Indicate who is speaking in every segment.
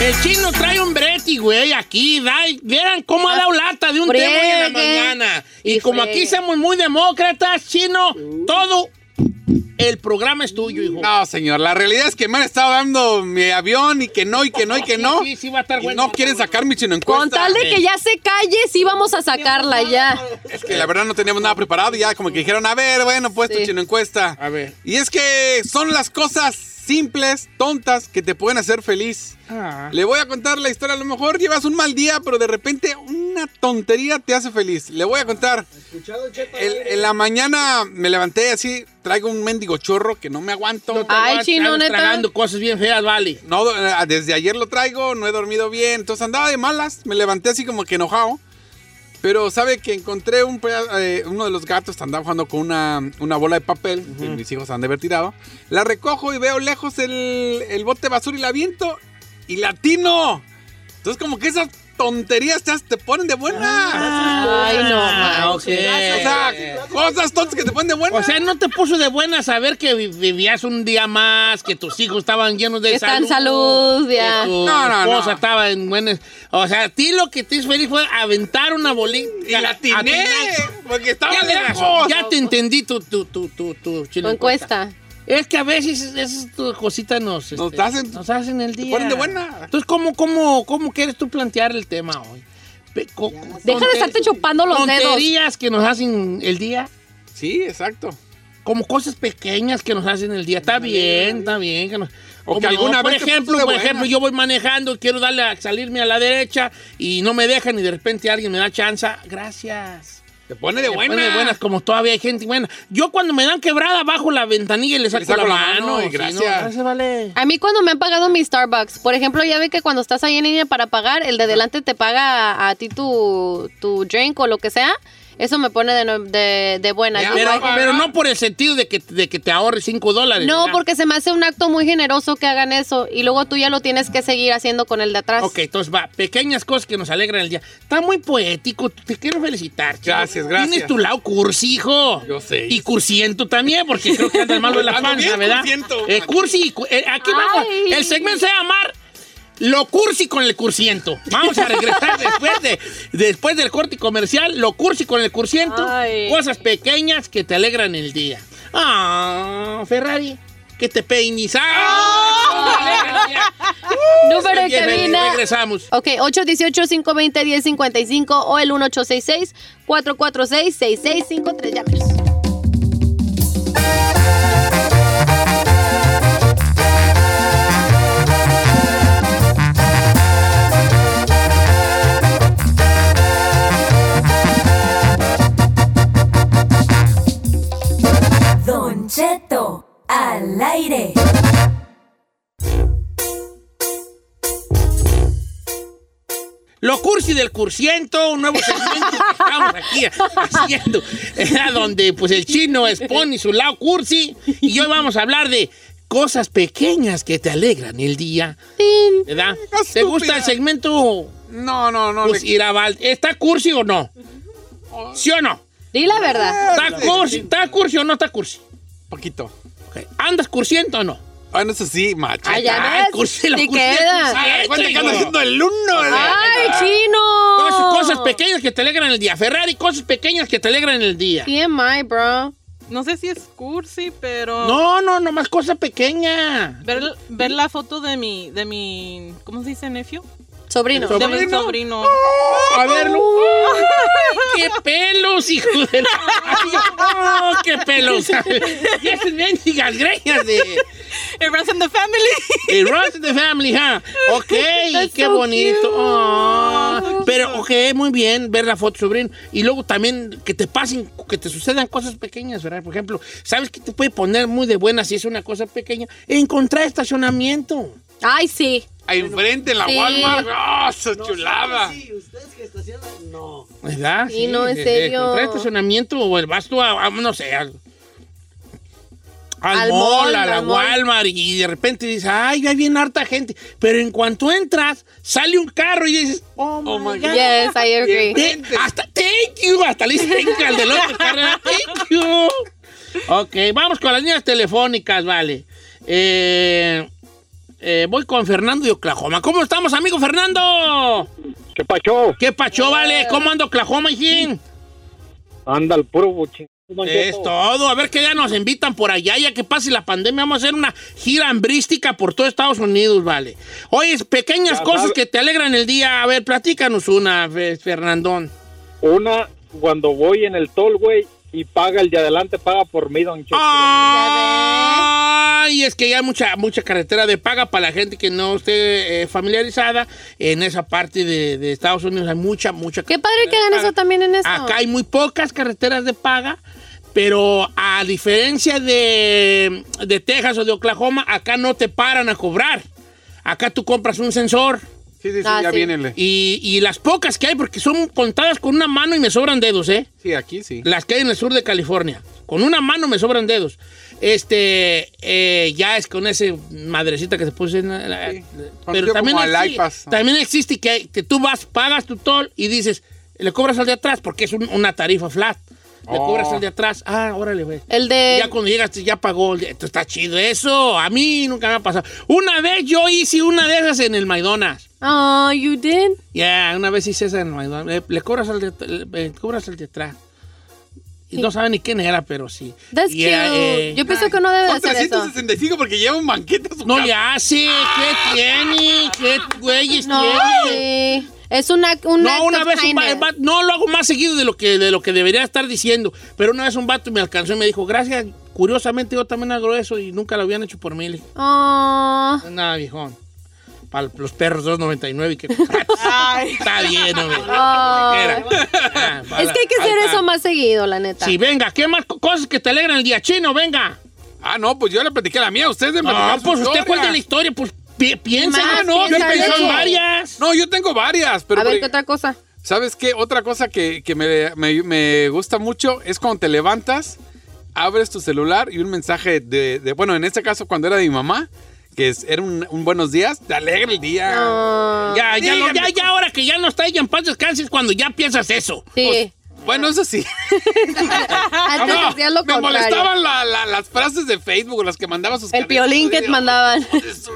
Speaker 1: El chino trae un breti, güey, aquí. da- Vieran cómo ha dado
Speaker 2: Ah,
Speaker 1: lata de un tema hoy en la
Speaker 2: Friegue.
Speaker 1: mañana. Y,
Speaker 2: Y
Speaker 1: como
Speaker 2: friegue.
Speaker 1: aquí somos muy demócratas, chino, todo el programa es tuyo, hijo.
Speaker 3: No, señor, la realidad es que me han estado dando mi avión y que no, y que no, y que
Speaker 1: Sí,
Speaker 3: no.
Speaker 1: sí, sí va a estar
Speaker 3: Y
Speaker 1: bueno.
Speaker 3: no quieren sacar mi chino encuesta. Eh,
Speaker 2: Con tal de que ya se calle, sí vamos a sacarla ya.
Speaker 3: Es que la verdad no teníamos nada preparado y ya como que dijeron, a ver, bueno, pues tu
Speaker 2: Sí.
Speaker 3: chino encuesta.
Speaker 1: A ver.
Speaker 3: Y es que son las cosas simples, tontas, que te pueden hacer feliz.
Speaker 1: Ah.
Speaker 3: Le voy a contar la historia, a lo mejor llevas un mal día, pero de repente una tontería te hace feliz. Le voy a contar. El- en la mañana me levanté así, traigo un mendigo chorro que no me aguanto.
Speaker 1: No te
Speaker 2: Ay,
Speaker 1: aguantes,
Speaker 2: chino,
Speaker 1: andas
Speaker 2: neta.
Speaker 1: tragando cosas bien feas, vale.
Speaker 3: No, eh, desde ayer lo traigo, no he dormido bien, entonces andaba de malas, me levanté así como que enojado. Pero sabe que encontré un peda- eh, uno de los gatos andaba jugando con una, una bola de papel que mis hijos han de haber tirado. La recojo y veo lejos el, el bote de basura y la viento y latino. Entonces como que esas tonterías te, hace- te ponen de buena.
Speaker 2: Ay, no,
Speaker 1: Ah,
Speaker 2: man.
Speaker 1: ok.
Speaker 3: o sea, cosas tontas que te ponen de buena.
Speaker 1: O sea, ¿no te puso de buena saber que vi- vivías un día más, que tus hijos estaban llenos de
Speaker 2: Que
Speaker 1: salud?
Speaker 2: están salud, ya.
Speaker 1: Que tu
Speaker 3: No, no,
Speaker 1: esposa
Speaker 3: no.
Speaker 1: estaba en buenas... O sea, a ti lo que te hizo feliz fue aventar una bolita.
Speaker 3: y la atiné,
Speaker 1: Atinar.
Speaker 3: porque estaba
Speaker 1: Ya, tienes
Speaker 3: lejos.
Speaker 1: razón, ya te entendí tu, tu, tu, tu, tu
Speaker 2: Tu
Speaker 1: chile
Speaker 2: encuesta.
Speaker 1: Es que a veces esas tu- cositas nos, este,
Speaker 3: Nos hacen-
Speaker 1: nos hacen el día.
Speaker 3: ponen de buena.
Speaker 1: Entonces, ¿cómo, cómo, cómo quieres tú plantear el tema hoy? Pe- co-
Speaker 2: Deja de
Speaker 1: tonter-
Speaker 2: estarte chupando los dedos.
Speaker 1: Tonterías que nos hacen el día.
Speaker 3: Sí, exacto.
Speaker 1: Como cosas pequeñas que nos hacen el día. Está bien, está bien. que nos-
Speaker 3: O que
Speaker 1: como,
Speaker 3: alguna
Speaker 1: por
Speaker 3: vez te
Speaker 1: ejemplo,
Speaker 3: puso de
Speaker 1: por
Speaker 3: buenas.
Speaker 1: ejemplo, yo voy manejando, quiero darle a salirme a la derecha y no me dejan y de repente alguien me da chance. Gracias.
Speaker 3: Te pone de
Speaker 1: Me
Speaker 3: buena.
Speaker 1: pone de buenas, como todavía hay gente buena. Yo cuando me dan quebrada bajo la ventanilla y le saco, la, mano.
Speaker 3: y
Speaker 1: Sí, no,
Speaker 3: gracias.
Speaker 1: gracias, vale.
Speaker 2: A mí cuando me han pagado mi Starbucks, por ejemplo, ya ve que cuando estás ahí en línea para pagar, el de delante te paga a, a ti tu, tu drink o lo que sea, eso me pone de, no- de, de buena.
Speaker 3: Ya,
Speaker 2: Yo-
Speaker 1: Pero,
Speaker 3: Ah,
Speaker 1: pero
Speaker 3: ah.
Speaker 1: no por el sentido de que, de que te ahorres 5 dólares.
Speaker 2: no,
Speaker 1: ¿verdad?
Speaker 2: porque se me hace un acto muy generoso que hagan eso y luego tú ya lo tienes que seguir haciendo con el de atrás.
Speaker 1: Ok, entonces va, pequeñas cosas que nos alegran el día. Está muy poético, te quiero felicitar. chico.
Speaker 3: Gracias, gracias.
Speaker 1: Tienes tu lado cursi, hijo.
Speaker 3: Yo sé.
Speaker 1: Y cursiento también, porque creo que anda el malo de la
Speaker 3: Ando
Speaker 1: panza,
Speaker 3: bien
Speaker 1: ¿verdad?
Speaker 3: cursiento.
Speaker 1: Eh, cursi, y cu- eh, aquí vamos.
Speaker 2: Ay.
Speaker 1: El segmento se va a llamar Lo cursi con el cursiento. Vamos a regresar después, de, después del corte comercial, Lo cursi con el cursiento.
Speaker 2: Ay.
Speaker 1: Cosas pequeñas que te alegran el día. Ah, Ferrari, que te peines. Ah,
Speaker 2: Número en
Speaker 1: Bien, bien,
Speaker 2: cabina.
Speaker 1: Regresamos.
Speaker 2: Ok, 818-520-1055 o el 1866-446-6653. Ya verás.
Speaker 4: Don Cheto, al aire.
Speaker 1: Lo cursi del cursiento, un nuevo segmento que estamos aquí haciendo, era donde pues el chino expone su lado cursi y hoy vamos a hablar de cosas pequeñas que te alegran el día, ¿verdad? ¿Te gusta el segmento
Speaker 3: No, no, no.
Speaker 1: pues,
Speaker 3: le-
Speaker 1: Iraval? ¿Está cursi o no? ¿Sí o no?
Speaker 2: Di la verdad.
Speaker 1: ¿Está cursi, está cursi o no está cursi?
Speaker 3: Poquito.
Speaker 1: Ok. ¿Andas cursiento o no?
Speaker 3: Ah, no, eso sí, macho.
Speaker 2: Ay, ya
Speaker 1: Está
Speaker 2: ves,
Speaker 1: el cursi, lo
Speaker 2: te
Speaker 1: cursi es
Speaker 2: queda.
Speaker 1: cursiento,
Speaker 3: Ay, cuenta que ando
Speaker 1: hijo.
Speaker 3: haciendo el uno. eh.
Speaker 2: ¡Ay, chino!
Speaker 1: Cosas, cosas pequeñas que te alegran el día. Ferrari, cosas pequeñas que te alegran el día.
Speaker 2: TMI, bro.
Speaker 5: No sé si es cursi, pero
Speaker 1: No, no, nomás cosa pequeña.
Speaker 5: ver, ver la foto de mi, de mi, ¿cómo se dice, nephew?
Speaker 2: Sobrino.
Speaker 5: De mi
Speaker 1: ¿Sobrino?
Speaker 5: sobrino.
Speaker 1: A verlo. ¡Qué pelos, hijo de la... ¡Oh, qué pelos! y esas mendigas greñas de...
Speaker 5: It runs in the family.
Speaker 1: de Ross and the Family, ¿ah? Ok,
Speaker 2: That's
Speaker 1: qué
Speaker 2: so
Speaker 1: bonito.
Speaker 2: cute.
Speaker 1: Ah, pero, ok, muy bien ver la foto, sobrino. Y luego también que te pasen, que te sucedan cosas pequeñas, ¿verdad? Por ejemplo, ¿sabes qué te puede poner muy de buena si es una cosa pequeña? Encontrar estacionamiento.
Speaker 2: Ay, sí.
Speaker 3: Ahí enfrente, en la
Speaker 2: Sí.
Speaker 3: Walmart.
Speaker 1: Ah,
Speaker 3: ¡Oh, su chulada!
Speaker 1: pues ¿Verdad?
Speaker 2: Sí, no, en
Speaker 1: de- de
Speaker 2: serio.
Speaker 1: encontrar estacionamiento o el- vas tú a, a- no sé, al, al
Speaker 2: Al
Speaker 1: mall,
Speaker 2: mall,
Speaker 1: a la
Speaker 2: al mall.
Speaker 1: Walmart y de repente dices, ay, ya viene harta gente. Pero en cuanto entras, sale un carro y dices, oh,
Speaker 3: Oh,
Speaker 1: my
Speaker 3: my
Speaker 1: God.
Speaker 2: Yes, I agree.
Speaker 1: Te- hasta thank you, hasta le dice thank you al del otro carro, thank you. Ok, vamos con las líneas telefónicas, vale. Eh, Eh, voy con Fernando de Oklahoma. ¿Cómo estamos, amigo Fernando?
Speaker 6: ¿Qué pacho?
Speaker 1: ¿Qué pacho, vale? ¿Cómo anda Oklahoma, hijín?
Speaker 6: Anda el puro buchín. Don
Speaker 1: Es
Speaker 6: Cheto.
Speaker 1: todo. A ver que ya nos invitan por allá. Ya que pase la pandemia, vamos a hacer una gira hambrística por todo Estados Unidos, vale. Oye, es pequeñas
Speaker 6: Ya
Speaker 1: cosas
Speaker 6: sabe.
Speaker 1: que te alegran el día. A ver, platícanos una, Fe- Fernandón.
Speaker 6: Una, cuando voy en el tollway y paga el de adelante, paga por mí, don Cheto.
Speaker 1: Ah. Ay, es que ya hay mucha, mucha carretera de paga para la gente que no esté eh, familiarizada en esa parte de, de Estados Unidos. Hay mucha, mucha
Speaker 2: Qué padre que
Speaker 1: carretera de
Speaker 2: hagan
Speaker 1: paga.
Speaker 2: eso también en esto.
Speaker 1: Acá hay muy pocas carreteras de paga, pero a diferencia de, de Texas o de Oklahoma, acá no te paran a cobrar. Acá tú compras un sensor
Speaker 3: Sí, sí, sí,
Speaker 2: Ah,
Speaker 3: ya
Speaker 2: sí.
Speaker 3: vienen.
Speaker 1: y, y las pocas que hay, porque son contadas con una mano y me sobran dedos, ¿eh?
Speaker 3: Sí, aquí sí.
Speaker 1: Las que hay en el sur de California. Con una mano me sobran dedos. Este, eh, ya es con ese madrecita que se puso en la- la-
Speaker 3: Sí.
Speaker 1: Pero
Speaker 3: Conocido
Speaker 1: también,
Speaker 3: como el
Speaker 1: exi-
Speaker 3: iPass.
Speaker 1: también existe que, que tú vas, pagas tu toll y dices, le cobras al de atrás porque es un- una tarifa flat. Le
Speaker 3: Oh.
Speaker 1: cobras al de atrás. Ah, órale, güey.
Speaker 2: El de.
Speaker 1: Ya cuando llegas, ya pagó. Esto está chido eso. A mí nunca me ha pasado. Una vez yo hice una de esas en el McDonald's.
Speaker 2: Oh, you did.
Speaker 1: Ya, una vez hice esa en Maidón. Le, le cobras al de, le- le cobras al de atrás. Y no sabe ni quién era, pero sí.
Speaker 2: That's
Speaker 1: Y era,
Speaker 2: cute.
Speaker 1: eh,
Speaker 2: Yo pienso que no debe de
Speaker 3: Son
Speaker 2: hacer eso.
Speaker 3: 365 porque lleva un banquete a su
Speaker 1: no
Speaker 3: casa.
Speaker 1: le hace. ¿Qué tiene? ¿Qué güeyes
Speaker 2: No,
Speaker 1: tiene?
Speaker 2: sí. Es una, un act
Speaker 1: No, una
Speaker 2: of
Speaker 1: vez un va-
Speaker 2: kindness.
Speaker 1: va- no lo hago más seguido de lo que de lo que debería estar diciendo, pero una vez un vato me alcanzó y me dijo, "Gracias, curiosamente yo también hago eso y nunca lo habían hecho por mí." Le dije,
Speaker 2: Oh.
Speaker 1: Nada, viejón. Para los perros 2.99 y que
Speaker 5: Ay.
Speaker 1: Está bien, hombre.
Speaker 2: Oh.
Speaker 1: Era. Ah,
Speaker 2: Es que hay
Speaker 1: ahí
Speaker 2: que hacer
Speaker 1: está.
Speaker 2: eso más seguido, la neta.
Speaker 1: Sí, venga, ¿qué más co- cosas que te alegran el día chino? Venga.
Speaker 3: Ah, no, pues yo le platiqué la mía. Ustedes me
Speaker 1: No,
Speaker 3: platicaron su
Speaker 1: pues usted
Speaker 3: historia.
Speaker 1: cuenta la historia, pues pi- piensa.
Speaker 2: Más,
Speaker 1: Ah, no, yo
Speaker 2: piensa,
Speaker 1: pensé en
Speaker 2: piensa.
Speaker 1: varias.
Speaker 3: No, yo tengo varias, pero
Speaker 2: A ver,
Speaker 3: por-
Speaker 2: ¿qué otra cosa?
Speaker 3: ¿sabes qué? Otra cosa que, que me, me- me gusta mucho es cuando te levantas, abres tu celular y un mensaje de, de- bueno, en este caso cuando era de mi mamá, que es- era un, un buenos días, te alegra el día.
Speaker 2: Oh.
Speaker 1: Ya, ya, lo- ya,
Speaker 3: Dígame.
Speaker 1: ya, ahora que ya no está ella en paz descanses cuando ya piensas eso.
Speaker 2: Sí.
Speaker 3: Bueno, eso sí.
Speaker 1: ah,
Speaker 2: Antes
Speaker 3: No,
Speaker 2: hacía lo
Speaker 3: me
Speaker 2: contrario.
Speaker 3: molestaban la- la- las frases de Facebook, las que mandaba sus
Speaker 2: El piolín que te mandaban.
Speaker 3: "Oh,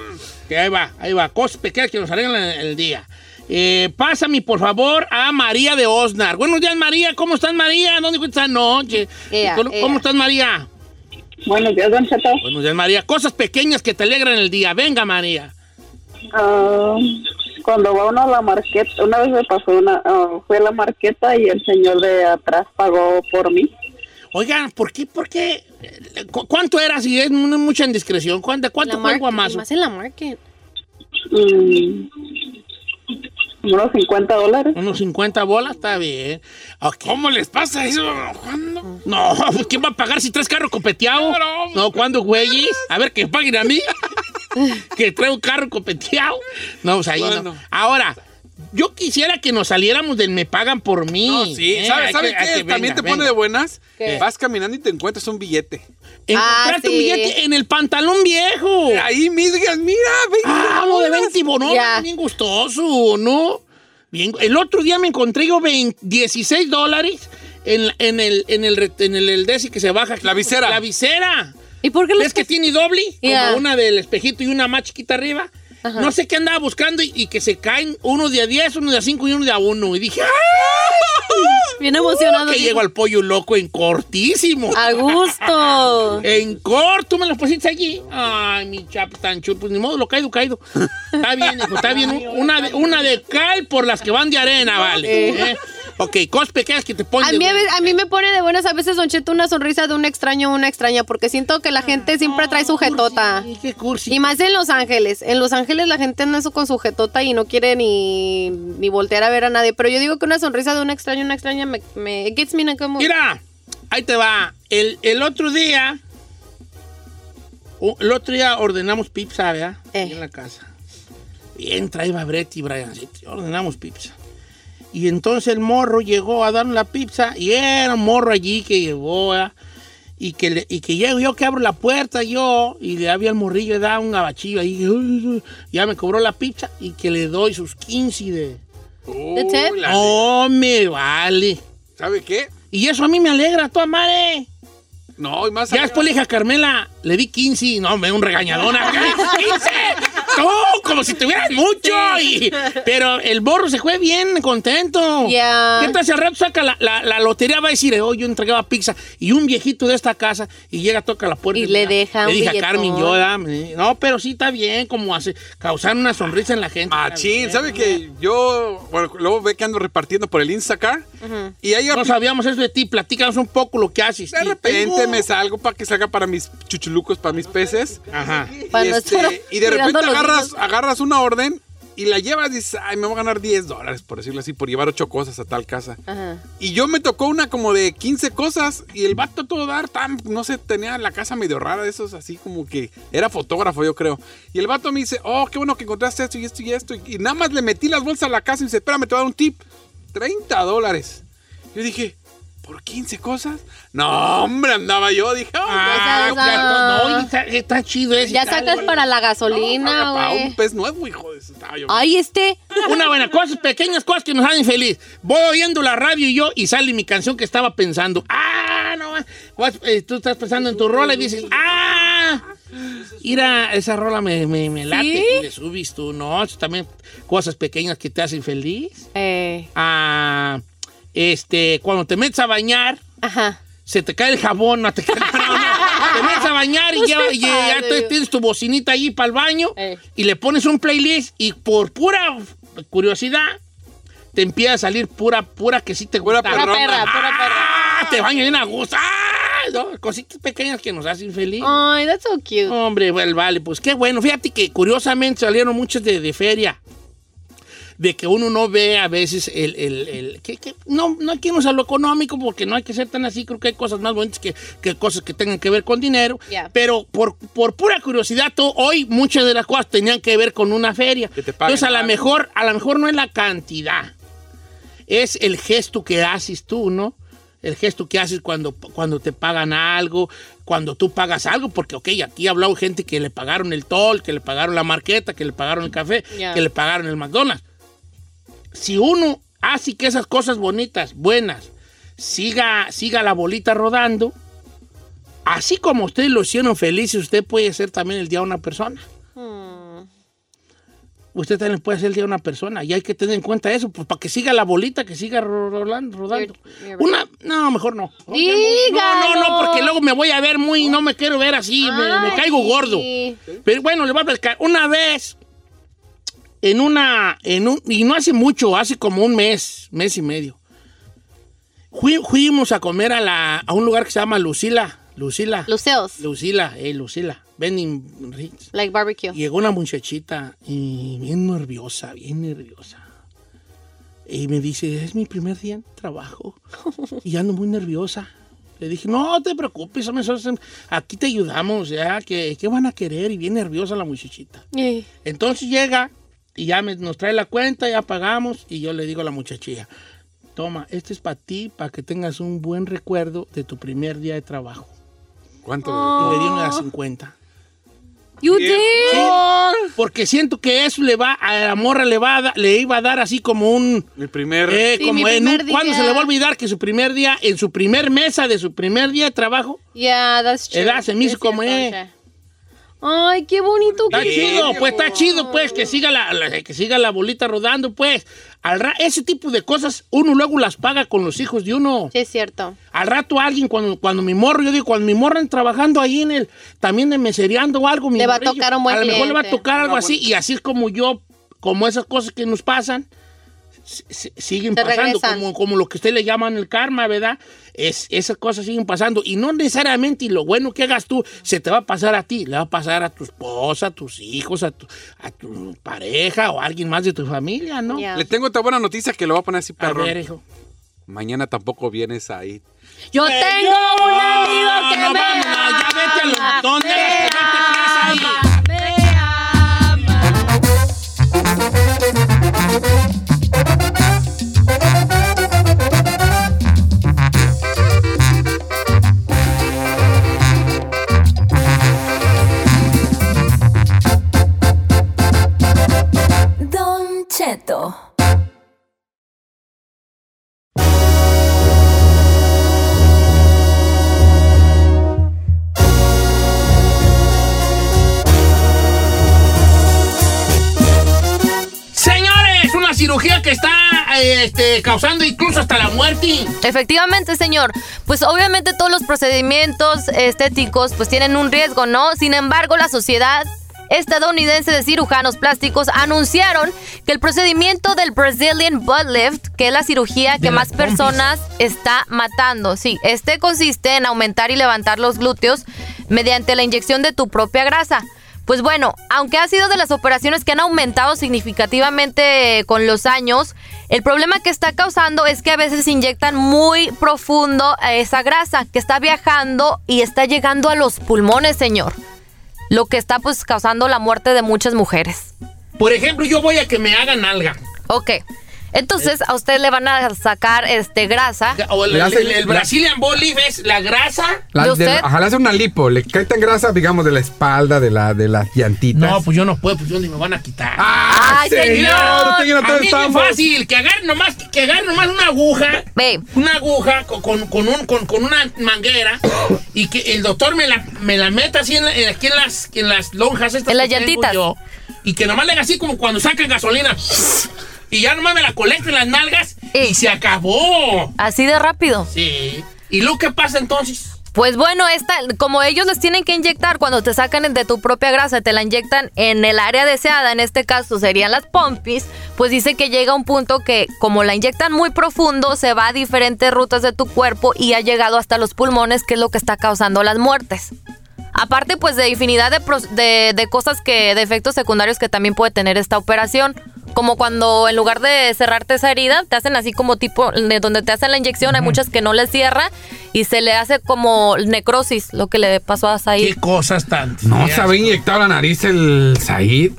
Speaker 1: Que ahí va, ahí va. Cosas pequeñas que nos alegran el, el día. Eh, pásame, por favor, a María de Osnar. Buenos días, María. ¿Cómo estás, María? ¿Dónde estás? Ah, noche?
Speaker 2: Ea,
Speaker 1: ¿Cómo,
Speaker 2: ea.
Speaker 1: cómo estás, María?
Speaker 7: Buenos días, Don Cheto.
Speaker 1: Buenos días, María. Cosas pequeñas que te alegran el día. Venga, María.
Speaker 7: Ah, cuando va uno a la marqueta, una vez me pasó una, ah, fui a la marqueta y el señor de atrás pagó por mí.
Speaker 1: Oigan, ¿por qué? ¿Por qué? ¿Cu- ¿Cuánto era? Si es mu- mucha indiscreción. ¿Cuánto, cuánto
Speaker 2: La
Speaker 1: fue el
Speaker 2: market,
Speaker 1: guamazo?
Speaker 2: Más en la market.
Speaker 7: Mm, unos 50 dólares.
Speaker 1: Unos 50 bolas, está bien. Ok.
Speaker 3: ¿Cómo les pasa eso? ¿Cuándo?
Speaker 1: No, pues, ¿quién va a pagar si tres carros copeteados?
Speaker 3: Claro.
Speaker 1: No, ¿cuándo, güeyes? A ver, que paguen a mí. que traigo un carro copeteado. No, o sea, ahí no.
Speaker 3: Bueno.
Speaker 1: Ahora, yo quisiera que nos saliéramos del me pagan por mí.
Speaker 3: No, sí.
Speaker 1: ¿eh?
Speaker 3: ¿Sabes
Speaker 1: Hay
Speaker 3: sabe
Speaker 1: que- hay
Speaker 3: qué?
Speaker 1: que-
Speaker 3: También
Speaker 1: venga,
Speaker 3: te pone
Speaker 1: venga.
Speaker 3: de buenas.
Speaker 2: ¿Qué?
Speaker 3: Vas caminando y te encuentras un billete.
Speaker 1: Encontraste
Speaker 2: Ah,
Speaker 1: un
Speaker 2: sí.
Speaker 1: billete en el pantalón viejo.
Speaker 3: Ahí misgas, mira,
Speaker 1: Ah, uno de 20 bonos,
Speaker 2: Ya.
Speaker 1: bien gustoso, ¿no? Bien, el otro día me encontré yo 20 16 dólares en, la- en el, en el, re- en el, el desi que se baja. aquí.
Speaker 3: La visera.
Speaker 1: La visera.
Speaker 2: ¿Y por qué
Speaker 1: ¿Ves
Speaker 2: les
Speaker 1: que tiene doble?
Speaker 2: Ya.
Speaker 1: Como una del espejito y una más chiquita arriba. No sé qué andaba buscando y, y que se caen uno de a 10, uno de a 5 y uno de a 1. Y dije, ¡ah!
Speaker 2: bien emocionado?
Speaker 1: Que
Speaker 2: dijo.
Speaker 1: llego al pollo loco en cortísimo.
Speaker 2: A gusto.
Speaker 1: En corto me los pusiste allí. Ay, mi chap tan chulo. Pues ni modo, lo caído, caído. Está bien, hijo, está bien. Una de, una de cal por las que van de arena, vale. ¿eh? Ok, cosas pequeñas que te ponen.
Speaker 2: A
Speaker 1: de
Speaker 2: mí, a,
Speaker 1: buenas.
Speaker 2: ve- a mí me pone de buenas a veces, Don Cheto, una sonrisa de un extraño o una extraña, porque siento que la gente siempre trae sujetota.
Speaker 1: Ay, qué cursi.
Speaker 2: Y más en Los Ángeles. En Los Ángeles la gente anda eso con sujetota y no quiere ni, ni voltear a ver a nadie. Pero yo digo que una sonrisa de un extraño, una extraña, me, me it gets me in a good mood.
Speaker 1: Mira, ahí te va. El, el otro día. o- El otro día ordenamos pizza, ¿verdad?
Speaker 2: Eh.
Speaker 1: Ahí En la casa. Bien, traía Brett y Brian. sí, Ordenamos pizza. Y entonces el morro llegó a darnos la pizza y era un morro allí que llegó, ¿verdad? Y que, le- y que llego yo, que abro la puerta yo, y le había el morrillo, da un gabachillo ahí, ya me cobró la pizza y que le doy sus 15 de...
Speaker 2: That's it.
Speaker 3: Uy, la-
Speaker 1: ¡No me vale!
Speaker 3: ¿Sabe qué?
Speaker 1: Y eso a mí me alegra, tu madre.
Speaker 3: No, y más
Speaker 1: Ya
Speaker 3: allá.
Speaker 1: después le dije a Carmela, le di 15 y no, me dio un regañadón. acá. ¡15! Tú, como si tuvieras mucho. y- pero el borro se fue bien contento.
Speaker 2: Ya.
Speaker 1: ¿Qué tal si al rato saca la, la- la lotería? Va a decir, oh, yo entregaba pizza. Y un viejito de esta casa y llega, toca la puerta.
Speaker 2: Y le
Speaker 1: mira,
Speaker 2: deja un
Speaker 1: Le dije a
Speaker 2: billetón.
Speaker 1: Carmen, yo, dame. No, pero sí está bien, como hace, causar una sonrisa en la gente.
Speaker 3: Machín, ¿sabe que yo, bueno, luego ve que ando repartiendo por el Instacar y ahí
Speaker 1: No sabíamos eso de ti. Platícanos un poco lo que haces.
Speaker 3: de
Speaker 1: Sí,
Speaker 3: repente
Speaker 1: tengo-
Speaker 3: me salgo para que salga para mis chuchulucos, para mis peces.
Speaker 1: Ajá.
Speaker 2: Para
Speaker 3: y,
Speaker 2: no
Speaker 3: este,
Speaker 2: estar
Speaker 3: y de
Speaker 2: mirando
Speaker 3: repente
Speaker 2: los
Speaker 3: agarras,
Speaker 2: niños.
Speaker 3: agarras una orden y la llevas y dices, ay, me voy a ganar 10 dólares, por decirlo así, por llevar ocho cosas a tal casa.
Speaker 2: Ajá.
Speaker 3: Y yo me tocó una como de 15 cosas y el vato todo dar tan, no sé, tenía la casa medio rara de esos, así como que era fotógrafo, yo creo. Y el vato me dice, oh, qué bueno que encontraste esto y esto y esto. Y, y nada más le metí las bolsas a la casa y me dice, espérame, te voy a dar un tip. 30 dólares. Yo dije, ¿por 15 cosas? No, hombre, andaba yo. Dije, oh,
Speaker 1: Ah,
Speaker 2: Pues, ya, ya.
Speaker 1: claro, no, y está, está chido ese.
Speaker 2: Ya
Speaker 1: Está-
Speaker 2: sacas para la gasolina,
Speaker 3: para
Speaker 2: güey.
Speaker 3: un pez nuevo, hijo de su estaba yo.
Speaker 2: Ay, este.
Speaker 1: Una buena cosa, pequeñas cosas que nos hacen feliz. Voy oyendo la radio y yo y sale mi canción que estaba pensando. Ah, no más. Vas, eh, Tú estás pensando en tu rola y dices, ah. Mira, esa rola me, me, me late.
Speaker 2: ¿Sí?
Speaker 1: Y le subes tú, no, eso también cosas pequeñas que te hacen feliz.
Speaker 2: Eh,
Speaker 1: Ah, este, cuando te metes a bañar,
Speaker 2: ajá.
Speaker 1: se te cae el jabón, no te cae no, no. Te metes a bañar y
Speaker 2: No
Speaker 1: lleva-
Speaker 2: se
Speaker 1: y ya
Speaker 2: pase,
Speaker 1: tú
Speaker 2: Dios.
Speaker 1: tienes tu bocinita allí para el baño
Speaker 2: Ey.
Speaker 1: y le pones un playlist y por pura curiosidad te empieza a salir pura, pura que sí te
Speaker 3: Pura
Speaker 1: gusta.
Speaker 3: perrona. Pura
Speaker 2: perra, pura
Speaker 1: Ah, Te baño bien a gusto. Ah, no, cositas pequeñas que nos hacen feliz.
Speaker 2: Ay, that's so cute.
Speaker 1: Hombre, bueno, vale, pues qué bueno. Fíjate que curiosamente salieron muchos de, de feria. De que uno no ve a veces el... el- el- que, que- no, no hay que irnos a lo económico porque no hay que ser tan así. Creo que hay cosas más bonitas que, que cosas que tengan que ver con dinero.
Speaker 2: Ya.
Speaker 1: Pero por, por pura curiosidad, tú, hoy muchas de las cosas tenían que ver con una feria.
Speaker 3: Que te paguen
Speaker 1: Entonces, a lo
Speaker 3: algo.
Speaker 1: mejor, a lo mejor no es la cantidad. Es el gesto que haces tú, ¿no? El gesto que haces cuando, cuando te pagan algo, cuando tú pagas algo, porque, ok, aquí ha hablado gente que le pagaron el toll, que le pagaron la marqueta, que le pagaron el café,
Speaker 2: Ya.
Speaker 1: que le pagaron el McDonald's. Si uno hace que esas cosas bonitas, buenas, siga, siga la bolita rodando, así como ustedes lo hicieron felices, usted puede ser también el día de una persona
Speaker 2: Hmm.
Speaker 1: usted también puede hacer el día de una persona y hay que tener en cuenta eso, pues para que siga la bolita, que siga ro- rolando. rodando.
Speaker 2: You're- you're
Speaker 1: una, no, mejor no. No,
Speaker 2: Dígalo.
Speaker 1: no, no, porque luego me voy a ver muy, no me quiero ver así, me, me
Speaker 2: Ay.
Speaker 1: caigo gordo. Pero bueno, le voy a platicar. Una vez, en una, en un, y no hace mucho, hace como un mes, mes y medio, fui- fuimos a comer a, la, a un lugar que se llama Lucila. Lucila.
Speaker 2: Luceos.
Speaker 1: Lucila, eh, Lucila. Benin Ritz.
Speaker 2: Like barbecue.
Speaker 1: Llegó una muchachita y bien nerviosa, bien nerviosa. Y me dice, es mi primer día en trabajo y ando muy nerviosa. Le dije, no te preocupes, hombre, nosotros aquí te ayudamos, ya, que, que van a querer y bien nerviosa la muchachita.
Speaker 2: Eh,
Speaker 1: Entonces llega y ya me- nos trae la cuenta, ya pagamos y yo le digo a la muchachilla, toma, este es para ti, para que tengas un buen recuerdo de tu primer día de trabajo.
Speaker 3: ¿Cuánto?
Speaker 1: Y le dieron las 50.
Speaker 2: You did.
Speaker 1: Sí, porque siento que eso le va a la morra le va a da- le iba a dar así como un
Speaker 3: Mi primer...
Speaker 1: eh,
Speaker 2: Sí,
Speaker 1: como
Speaker 2: mi
Speaker 1: en un-
Speaker 2: primer
Speaker 1: cuando
Speaker 2: día.
Speaker 1: se le va a olvidar que su primer día en su primer mesa de su primer día de trabajo
Speaker 2: Yeah, that's true.
Speaker 1: Edad, se me hizo
Speaker 2: Es
Speaker 1: como,
Speaker 2: cierto,
Speaker 1: eh.
Speaker 2: Che. Ay, qué bonito
Speaker 1: está
Speaker 2: que es.
Speaker 1: chido pues está chido pues que siga la, la- que siga la bolita rodando pues al ra- ese tipo de cosas uno luego las paga con los hijos de uno
Speaker 2: Sí, es cierto.
Speaker 1: Al rato alguien, cuando, cuando mi morro, yo digo, cuando mi morro en trabajando ahí en el, también de mesereando o algo, mi
Speaker 2: Le va a
Speaker 1: morrillo,
Speaker 2: tocar un buen
Speaker 1: A lo mejor le va a
Speaker 2: cliente.
Speaker 1: tocar algo
Speaker 3: Una
Speaker 1: así, y así es como yo, como esas cosas que nos pasan, si- si- siguen
Speaker 2: Se
Speaker 1: pasando,
Speaker 2: regresan.
Speaker 1: como, como lo que usted le llaman el karma, ¿verdad? Es, esas cosas siguen pasando, y no necesariamente, y lo bueno que hagas tú, se te va a pasar a ti, le va a pasar a tu esposa, a tus hijos, a tu, a tu pareja o a alguien más de tu familia, ¿no?
Speaker 2: Ya.
Speaker 3: Le tengo otra buena noticia que lo voy a poner así,
Speaker 1: A
Speaker 3: perro.
Speaker 1: ver, hijo.
Speaker 3: Mañana tampoco vienes ahí.
Speaker 2: Yo tengo un amigo
Speaker 1: No,
Speaker 2: que
Speaker 1: no,
Speaker 2: me
Speaker 1: vamos, no, ya vete a
Speaker 2: ama,
Speaker 1: los- ¿dónde
Speaker 2: me
Speaker 1: eres que no te creas ahí?
Speaker 2: ama, me ama.
Speaker 4: Don Cheto.
Speaker 1: una cirugía que está eh, este, causando incluso hasta la muerte.
Speaker 8: Efectivamente, señor. Pues obviamente todos los procedimientos estéticos pues tienen un riesgo, ¿no? Sin embargo, la sociedad estadounidense de cirujanos plásticos anunciaron que el procedimiento del Brazilian butt lift, que es la cirugía que más personas está matando. Sí, este consiste en aumentar y levantar los glúteos mediante la inyección de tu propia grasa. Pues bueno, aunque ha sido de las operaciones que han aumentado significativamente eh, con los años, el problema que está causando es que a veces inyectan muy profundo a esa grasa que está viajando y está llegando a los pulmones, señor. Lo que está pues causando la muerte de muchas mujeres.
Speaker 1: Por ejemplo, yo voy a que me hagan alga.
Speaker 8: Ok. Entonces a usted le van a sacar este grasa.
Speaker 1: O el,
Speaker 3: Le hacen-
Speaker 1: el- el Brazilian Boliv es la grasa.
Speaker 8: ¿De
Speaker 3: La, de-
Speaker 8: usted?
Speaker 3: ajá, le hace una lipo, le quitan grasa, digamos, de la espalda, de, la, de las llantitas.
Speaker 1: No, pues yo no puedo, pues yo ni me van a quitar.
Speaker 3: ¡Ah,
Speaker 8: ¡Ay, señor!
Speaker 3: usted y yo no
Speaker 1: A mí es bien
Speaker 3: estamos.
Speaker 1: fácil, que agarre nomás, que agarre nomás una aguja,
Speaker 8: Ve.
Speaker 1: una aguja co- con, con un- con- con una manguera y que el doctor me la, me la meta así en, la- en- aquí en las, en las lonjas estas
Speaker 8: En las
Speaker 1: que tengo
Speaker 8: llantitas.
Speaker 1: yo, y que nomás le haga así como cuando sacan gasolina y ya nomás me la colecta en las nalgas y
Speaker 8: Eh.
Speaker 1: se acabó.
Speaker 8: Así de rápido.
Speaker 1: Sí. ¿Y lo que pasa entonces?
Speaker 8: Pues bueno, esta, como ellos les tienen que inyectar cuando te sacan de tu propia grasa, te la inyectan en el área deseada, en este caso serían las pompis, pues dice que llega un punto que como la inyectan muy profundo, se va a diferentes rutas de tu cuerpo y ha llegado hasta los pulmones, que es lo que está causando las muertes. Aparte pues de infinidad de, pros- de- de cosas que, de efectos secundarios que también puede tener esta operación. Como cuando en lugar de cerrarte esa herida, te hacen así como tipo, de donde te hacen la inyección, hay muchas que no le cierra y se le hace como necrosis, lo que le pasó a
Speaker 1: ¿Qué
Speaker 8: Said.
Speaker 1: cosas tan
Speaker 3: No
Speaker 1: feas?
Speaker 3: se había inyectado la nariz el Said.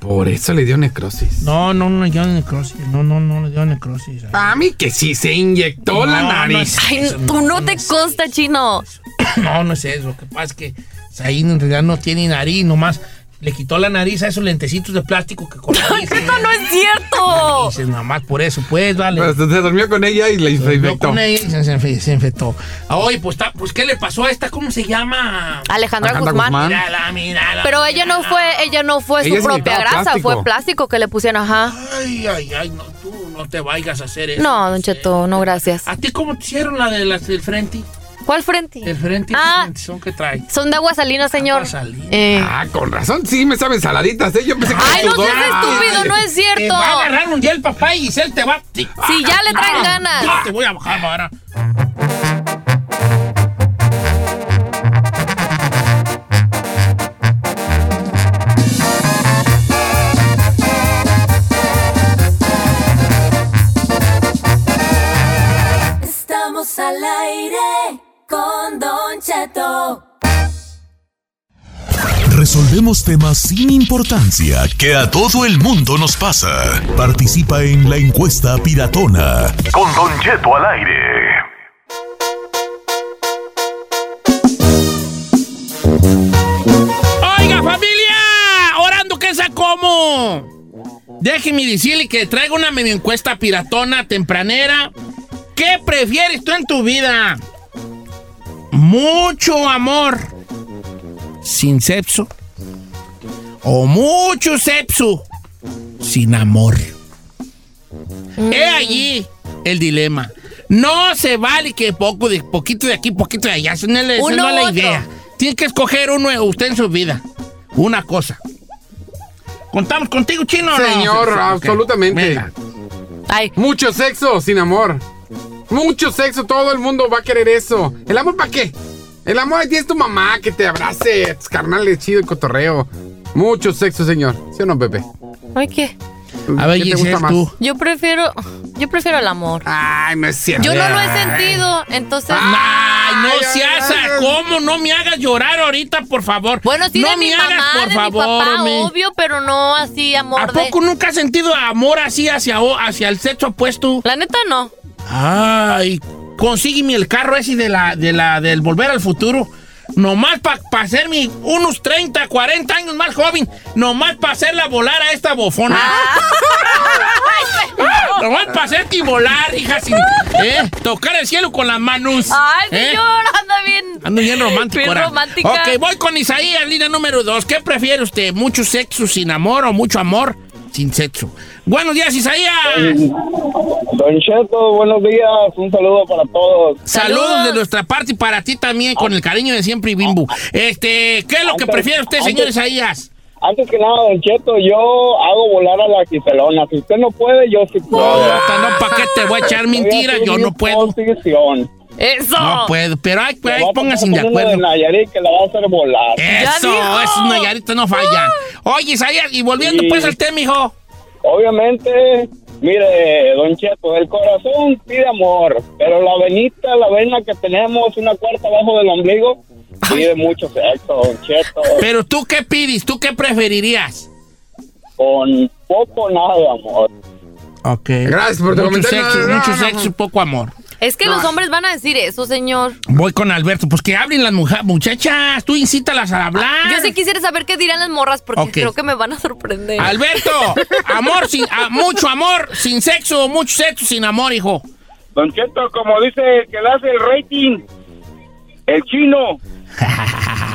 Speaker 3: Por eso le dio necrosis.
Speaker 1: No, no, no, yo necrosis. No, no, no, yo necrosis.
Speaker 3: A mí que sí, se inyectó Ah, la
Speaker 1: No, no
Speaker 3: nariz.
Speaker 1: es-
Speaker 8: Ay,
Speaker 1: Eso no,
Speaker 8: tú no,
Speaker 1: no
Speaker 8: te
Speaker 1: sé.
Speaker 8: consta, chino.
Speaker 1: No, no es eso. Lo que pasa es que Zayn en realidad no tiene nariz, nomás le quitó la nariz a esos lentecitos de plástico que con
Speaker 8: Eso no es cierto.
Speaker 1: Dices, nomás por eso, pues, vale.
Speaker 3: Pero se se durmió con ella y le
Speaker 1: Yo
Speaker 3: infectó.
Speaker 1: con ella y se, se enfe- se infectó. Ah, Oye, pues, ta- pues, ¿qué le pasó a esta? ¿Cómo se llama?
Speaker 8: Alejandra,
Speaker 3: Alejandra
Speaker 8: Guzmán.
Speaker 3: Guzmán.
Speaker 1: Mírala, mírala.
Speaker 8: Ah. Pero ella no fue, ella no fue
Speaker 3: Ella
Speaker 8: su
Speaker 3: se
Speaker 8: propia
Speaker 3: inyectaba
Speaker 8: grasa,
Speaker 3: plástico.
Speaker 8: fue plástico que le pusieron, ajá.
Speaker 1: Ay, ay, ay, no, tú no te vayas a hacer eso.
Speaker 8: No, Don Cheto, no gracias.
Speaker 1: ¿A ti cómo te hicieron la de las del frente?
Speaker 8: ¿Cuál frente?
Speaker 1: Ah. El frente
Speaker 8: Ah.
Speaker 1: ¿qué son que trae.
Speaker 8: Son de agua salina, señor.
Speaker 1: Aguasalinas.
Speaker 8: Eh.
Speaker 3: Ah, con razón, sí, me saben saladitas, ¿eh? Yo pensé que
Speaker 8: Ay, no
Speaker 3: sudor.
Speaker 8: seas estúpido, no es
Speaker 1: Te
Speaker 8: cierto.
Speaker 1: va a agarrar un día el papá y Giselle te va. Sí.
Speaker 8: Si ya le traen ganas.
Speaker 1: Yo te voy a bajar ahora.
Speaker 4: Estamos al aire con Don Cheto.
Speaker 9: Resolvemos temas sin importancia que a todo el mundo nos pasa. Participa en la encuesta piratona. Con Don Cheto al aire.
Speaker 1: Oiga, familia, orando que esa como. Déjeme decirle que traigo una medio encuesta piratona tempranera. ¿Qué prefieres tú en tu vida? ¿Mucho amor sin sexo? ¿O mucho sexo sin amor?
Speaker 8: Mm.
Speaker 1: He allí el dilema. No se vale que poco de, poquito de aquí, poquito de allá. Esa no es la- esa
Speaker 8: Uno
Speaker 1: no es la
Speaker 8: u otro.
Speaker 1: idea. Tiene que escoger uno usted en su vida. Una cosa. ¿Contamos contigo, chino? o no? Ah,
Speaker 3: Señor,
Speaker 1: Ok.
Speaker 3: absolutamente.
Speaker 1: Venga.
Speaker 8: Ay,
Speaker 3: Mucho sexo sin amor. Mucho sexo, todo el mundo va a querer eso. ¿El amor para qué? El amor ahí tienes tu mamá que te abrace, tus carnales, chido el cotorreo. Mucho sexo, señor. ¿Sí o no, Pepe?
Speaker 8: ay, ¿qué?
Speaker 1: A ver,
Speaker 3: ¿Qué
Speaker 1: Giselle, tú.
Speaker 8: Yo prefiero, yo prefiero el amor.
Speaker 3: Ay, no es cierto.
Speaker 8: Yo no lo he sentido, entonces.
Speaker 1: Ay, no
Speaker 3: Ay,
Speaker 1: seas
Speaker 3: ay, ay.
Speaker 1: ¿Cómo? No me hagas llorar ahorita, por favor.
Speaker 8: Bueno, sí
Speaker 1: no
Speaker 8: de mi mamá, de mi papá,
Speaker 1: hombre.
Speaker 8: obvio, pero no así amor
Speaker 1: ¿A
Speaker 8: de.
Speaker 1: poco nunca has sentido amor así hacia, o- hacia el sexo opuesto?
Speaker 8: La neta no.
Speaker 1: Ay, consígueme el carro ese de la, de la, del volver al futuro. Nomás para hacerme unos 30, 40 años más joven. Nomás para hacerla volar a esta bofona.
Speaker 8: Ah,
Speaker 1: Nomás para hacerte volar, hija. Sin, ¿eh? Tocar el cielo con las manos.
Speaker 8: Ay,
Speaker 1: ¿eh?
Speaker 8: señor, anda bien.
Speaker 1: Ando bien romántico.
Speaker 8: Bien
Speaker 1: ahora.
Speaker 8: romántica.
Speaker 1: Ok, voy con Isaías, línea número dos. ¿Qué prefiere usted? ¿Mucho sexo sin amor o mucho amor Sin sexo. Buenos días, Isaías.
Speaker 6: Don Cheto, buenos días. Un saludo para todos.
Speaker 1: Saludos de nuestra parte y para ti también, con el cariño de siempre y bimbo. Este, ¿qué es lo que
Speaker 6: Antes-
Speaker 1: prefiere usted, señor
Speaker 6: antes-
Speaker 1: Isaías?
Speaker 6: Antes que nada, Don Cheto, yo hago volar a la quiselona. Si usted no puede, yo sí puedo.
Speaker 1: No, no, ¿para qué te voy a echar mentiras? Yo no puedo.
Speaker 6: Posición.
Speaker 8: ¡Eso!
Speaker 1: No puedo, pero ay, pues,
Speaker 6: Voy a
Speaker 1: pónganse de
Speaker 6: pasar con uno
Speaker 1: acuerdo. Eh,
Speaker 6: De Nayarit que la va a hacer volar.
Speaker 1: Eso,
Speaker 8: dijo. Ah.
Speaker 1: es una yarita, no falla. Oye, Isaías, y volviendo
Speaker 6: Sí.
Speaker 1: pues al tema, hijo.
Speaker 6: Obviamente, mire, Don Cheto, el corazón pide amor, pero la venita, la vena que tenemos, una cuarta abajo del ombligo, pide mucho sexo, Don Cheto.
Speaker 1: Pero tú qué pides, tú qué preferirías.
Speaker 6: Con poco nada de amor.
Speaker 1: Ok.
Speaker 3: Gracias por tu
Speaker 1: mucho
Speaker 3: comentario.
Speaker 1: sexo,
Speaker 3: No,
Speaker 1: mucho
Speaker 3: no,
Speaker 1: sexo y poco amor.
Speaker 8: Es que
Speaker 1: Ah.
Speaker 8: los hombres van a decir eso, señor.
Speaker 1: Voy con Alberto, pues que hablen las muja- muchachas, tú incítalas a hablar.
Speaker 8: Ah, Yo sí quisiera saber qué dirán las morras porque
Speaker 1: Ok.
Speaker 8: creo que me van a sorprender.
Speaker 1: Alberto, amor sin, a- mucho amor sin sexo, mucho sexo sin amor, hijo.
Speaker 6: Don Cheto, como dice que le hace el rating, el chino,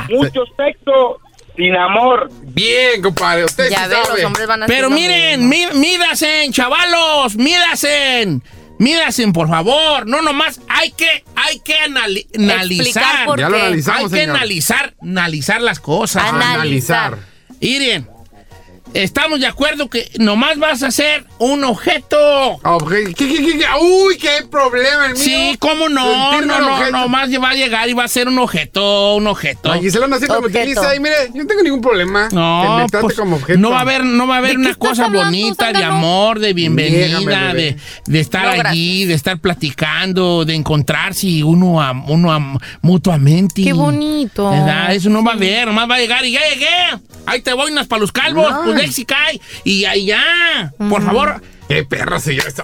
Speaker 6: mucho sexo sin amor.
Speaker 3: Bien, compadre. Usted
Speaker 8: ya
Speaker 3: sí
Speaker 8: ves,
Speaker 3: sabe.
Speaker 8: los hombres van a decir
Speaker 1: Pero
Speaker 8: lo
Speaker 1: miren,
Speaker 8: mismo.
Speaker 1: mi- mídasen, chavalos, mídasen. Mídasen, por favor. No nomás, hay que, hay que anali- analizar.
Speaker 8: Explicar por
Speaker 3: Ya lo
Speaker 8: qué.
Speaker 3: analizamos,
Speaker 1: Hay que
Speaker 3: señor.
Speaker 1: analizar, analizar las cosas.
Speaker 8: Anal-
Speaker 3: Analizar.
Speaker 1: Miren, estamos de acuerdo que nomás vas a ser un objeto.
Speaker 3: Ok, Oh, ¿Qué, qué, qué, qué? uy qué problema el mío!
Speaker 1: Sí, cómo no,
Speaker 3: Sentirme
Speaker 1: no,
Speaker 3: el
Speaker 1: no,
Speaker 3: objeto.
Speaker 1: nomás va a llegar y va a ser un objeto, un objeto.
Speaker 3: La Giselona siempre me
Speaker 8: Objeto.
Speaker 3: utiliza y mire, yo no tengo ningún problema. que
Speaker 1: No,
Speaker 3: me trate
Speaker 1: pues,
Speaker 3: como objeto.
Speaker 1: no va a haber, no va a haber
Speaker 8: ¿De
Speaker 1: una
Speaker 8: qué estás
Speaker 1: cosa
Speaker 8: hablando,
Speaker 1: bonita de
Speaker 8: Zángano?
Speaker 1: amor, de bienvenida,
Speaker 3: Niégamelo,
Speaker 1: de,
Speaker 3: bebé.
Speaker 1: de estar
Speaker 8: No,
Speaker 1: allí, de estar platicando, de encontrarse y uno a, uno a- mutuamente.
Speaker 8: Qué bonito.
Speaker 1: ¿Verdad? Eso no va a haber, nomás va a llegar y ya llegué. Ahí te voy unas para los calvos,
Speaker 3: Ay.
Speaker 1: pues de ahí sí cae. Y ya, y ya. Por favor,
Speaker 3: ¡Qué perro siguió esto!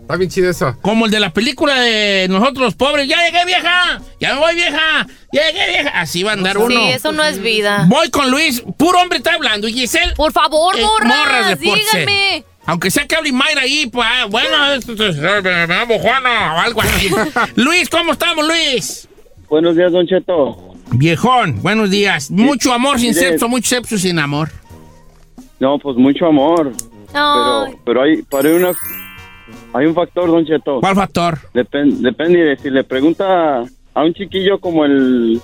Speaker 3: Está bien chido eso.
Speaker 1: como el de la película de nosotros los pobres, ya llegué vieja, ya me voy vieja, ya llegué vieja. Así va a andar uno.
Speaker 8: Sí, eso no es vida.
Speaker 1: Voy con Luis, puro hombre está hablando. Y Giselle,
Speaker 8: Por favor,
Speaker 1: Eh,
Speaker 8: morras,
Speaker 1: de por
Speaker 8: díganme.
Speaker 1: ser. Aunque sea que hable Mayra ahí, pues ah, bueno, esto es- me llamo Juana o algo así. Luis, ¿cómo estamos, Luis?
Speaker 6: Buenos días, Don Cheto.
Speaker 1: Viejón, buenos días. Mucho amor sin
Speaker 6: mire.
Speaker 1: sexo, mucho sexo sin amor.
Speaker 6: No, pues mucho amor.
Speaker 8: Ay.
Speaker 6: Pero, pero hay, pero hay, una, hay un factor, Don Cheto.
Speaker 1: ¿Cuál factor?
Speaker 6: Depen- depende de si le pregunta a un chiquillo como el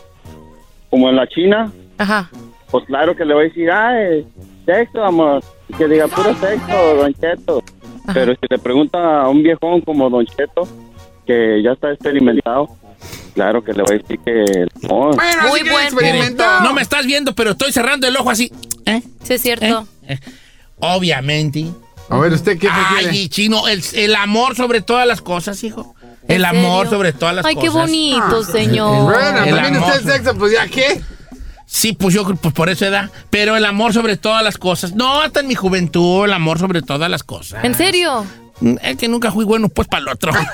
Speaker 6: como en la China,
Speaker 8: Ajá.
Speaker 6: pues claro que le va a decir, ay, sexo, amor. Y que diga puro sexo, Don Cheto. Pero si le pregunta a un viejón como Don Cheto, que ya está experimentado, claro que le va a decir que el amor.
Speaker 3: Bueno,
Speaker 8: Muy
Speaker 3: así que
Speaker 8: buen
Speaker 3: experimenta.
Speaker 8: punto.
Speaker 1: No me estás viendo, pero estoy cerrando el ojo así. ¿Eh?
Speaker 8: Sí, es
Speaker 1: ¿Eh?
Speaker 8: cierto.
Speaker 1: ¿Eh? Obviamente.
Speaker 3: A ver, ¿usted qué prefiere?
Speaker 1: Ay, chino, el, el amor sobre todas las cosas, hijo. El
Speaker 8: ¿En
Speaker 1: amor
Speaker 8: serio?
Speaker 1: sobre todas las
Speaker 8: Ay,
Speaker 1: cosas.
Speaker 8: qué bonito, señor.
Speaker 3: Bueno,
Speaker 1: El
Speaker 3: también
Speaker 1: amor.
Speaker 3: usted el sexo, pues ya qué.
Speaker 1: Sí, pues yo creo- pues por eso edad. Pero el amor sobre todas las cosas. No, hasta en mi juventud, el amor sobre todas las cosas.
Speaker 8: ¿En serio?
Speaker 1: Es que nunca fui bueno, pues para el otro.
Speaker 8: Ay,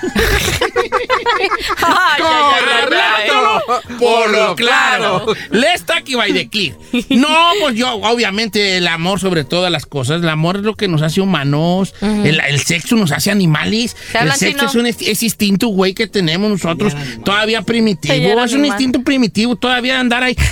Speaker 8: ay, ay, ay, ay.
Speaker 1: Hablándolo por lo claro. Let's talk by the clear. No, pues yo, obviamente, el amor sobre todas las cosas. El amor es lo que nos hace humanos. el, el sexo nos hace animales. El
Speaker 8: hablan
Speaker 1: sexo
Speaker 8: chino?
Speaker 1: es un est- es instinto, güey, que tenemos nosotros. Todavía
Speaker 8: Ya
Speaker 1: primitivo.
Speaker 8: era
Speaker 1: Es un
Speaker 8: animal.
Speaker 1: instinto primitivo. Todavía de andar ahí.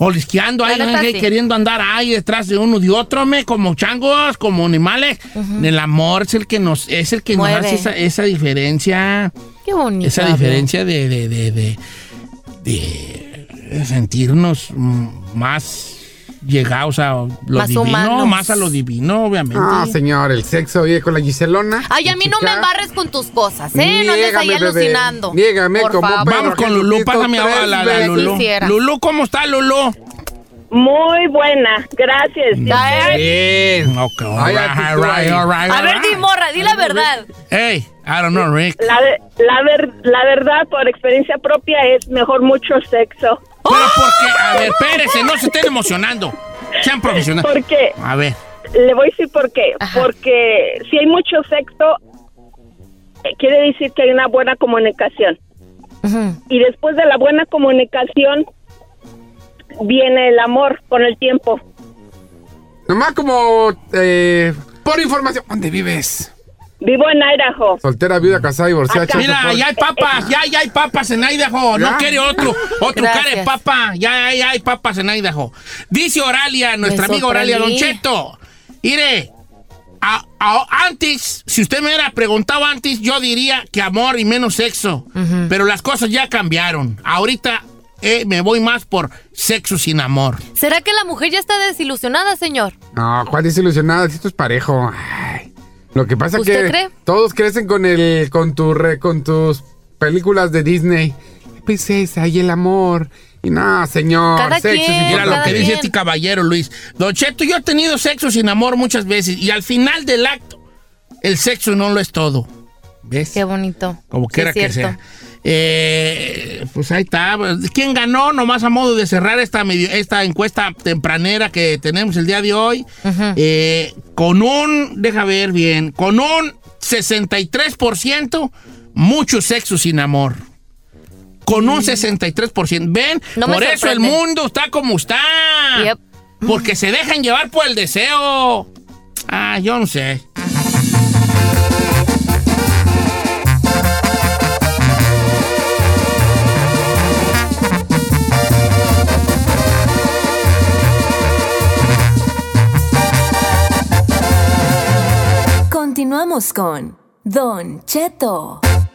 Speaker 1: Olisqueando ahí,
Speaker 8: La neta,
Speaker 1: ahí,
Speaker 8: sí.
Speaker 1: queriendo andar ahí detrás de uno de otro, me, como changos, como animales. El amor es el que nos, es el que nos
Speaker 8: Mueve.
Speaker 1: hace esa, esa diferencia.
Speaker 8: Qué bonito.
Speaker 1: Esa diferencia de, de, de, de, de sentirnos mm, más llegados a lo
Speaker 8: Más
Speaker 1: divino,
Speaker 8: humanos.
Speaker 1: más a lo divino, obviamente.
Speaker 3: No, Ah, señor, el sexo, oye, con la Giselona.
Speaker 8: Ay, a mí no me embarres con tus cosas, ¿eh? no andes ahí
Speaker 3: Niégame, bebé.
Speaker 8: alucinando.
Speaker 3: Niégame
Speaker 8: Por
Speaker 3: como
Speaker 8: favor.
Speaker 3: perro.
Speaker 1: Vamos con Lulú, pásame a la, la
Speaker 3: Tres
Speaker 1: Lulú.
Speaker 8: veces.
Speaker 1: Lulú, ¿cómo está Lulú?
Speaker 7: Muy buena, gracias.
Speaker 8: Ay,
Speaker 3: Bien.
Speaker 1: Okay,
Speaker 3: Ay,
Speaker 1: alright,
Speaker 3: actitud
Speaker 1: alright,
Speaker 3: ahí.
Speaker 1: alright,
Speaker 8: A ver,
Speaker 1: alright.
Speaker 8: di morra, di la verdad.
Speaker 1: Hey, I don't know, Rick.
Speaker 7: La, ve- la, ver- la verdad, por experiencia propia, es mejor mucho sexo.
Speaker 1: Pero porque, a ver, espérese, no se estén emocionando. Sean profesionales.
Speaker 7: Porque,
Speaker 1: A ver.
Speaker 7: le voy a decir por qué. Porque si hay mucho sexo, eh, quiere decir que hay una buena comunicación. Y después de la buena comunicación, viene el amor con el tiempo.
Speaker 3: Nomás como eh, por información. ¿Dónde vives?
Speaker 7: Vivo en Idaho.
Speaker 3: Soltera, viuda, casada, divorciada.
Speaker 7: Acá.
Speaker 3: chato,
Speaker 1: Mira,
Speaker 3: por-
Speaker 1: ya hay papas, ya, ya hay papas en Idaho. No
Speaker 3: Ya.
Speaker 1: quiere otro, otro
Speaker 8: Gracias.
Speaker 1: cara de papa. Ya, ya hay papas en Idaho. Dice Oralia, nuestra
Speaker 8: Me
Speaker 1: amiga Oralia, Don
Speaker 8: sorprendí.
Speaker 1: Cheto. Mire, a- a- antes, si usted me hubiera preguntado antes, yo diría que amor y menos sexo. Pero las cosas ya cambiaron. Ahorita eh, me voy más por sexo sin amor.
Speaker 8: ¿Será que la mujer ya está desilusionada, señor?
Speaker 10: No, ¿cuál desilusionada? Esto es parejo. Ay, Lo que pasa
Speaker 8: ¿Usted
Speaker 10: que
Speaker 8: cree?
Speaker 10: todos crecen con el con tu re- con tus películas de Disney. La princesa y el amor. Y no, señor,
Speaker 1: Cada
Speaker 10: sexo es
Speaker 1: quien, Mira lo
Speaker 10: importante.
Speaker 1: que dice este caballero, Luis. Don Cheto, yo he tenido sexo sin amor muchas veces y al final del acto, el sexo no lo es todo. ¿Ves? Qué
Speaker 8: bonito.
Speaker 1: Como
Speaker 8: Sí,
Speaker 1: quiera que
Speaker 8: cierto.
Speaker 1: sea. Eh, pues ahí está. ¿Quién ganó? Nomás a modo de cerrar esta, medio- esta encuesta tempranera que tenemos el día de hoy. Eh, con un, deja ver bien, con un 63%, mucho sexo sin amor. Con un 63%. ¿Ven?
Speaker 8: Mm. No me
Speaker 1: por eso el
Speaker 8: sorprende.
Speaker 1: mundo está como está. Porque se dejan llevar por el deseo. Ah, yo no sé.
Speaker 4: Continuamos con Don Cheto.
Speaker 1: ¡Oiga,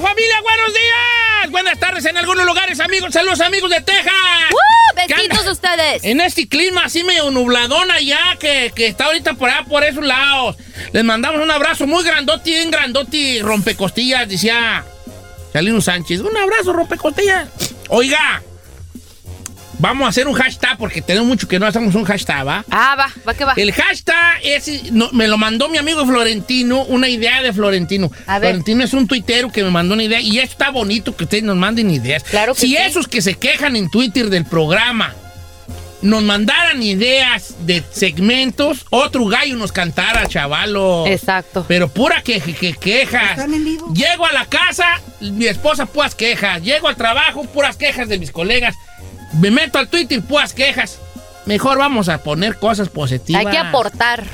Speaker 1: familia, buenos días! Buenas tardes en algunos lugares, amigos. Saludos, amigos de Texas.
Speaker 8: Ah, ¡Besitos ustedes!
Speaker 1: En este clima así medio nubladón allá que, que está ahorita por allá, por esos lados. Les mandamos un abrazo muy grandote, bien grandote, rompecostillas, decía Salino Sánchez. Un abrazo, rompecostillas. Oiga, vamos a hacer un hashtag porque tenemos mucho que no hacemos un hashtag, ¿va?
Speaker 8: Ah, va, va que va.
Speaker 1: El hashtag es, no, me lo mandó mi amigo Florentino, una idea de Florentino.
Speaker 8: A ver.
Speaker 1: Florentino es un tuitero que me mandó una idea y esto está bonito que ustedes nos manden ideas. Claro si esos que se quejan en Twitter del programa nos mandaran ideas de segmentos, otro gallo nos cantara, chavalo.
Speaker 8: Exacto.
Speaker 1: Pero pura que, que- quejas. Llego a la casa, mi esposa, puras quejas. Llego al trabajo, puras quejas de mis colegas. Me meto al Twitter, puras quejas. Mejor vamos a poner cosas positivas.
Speaker 8: Hay que aportar.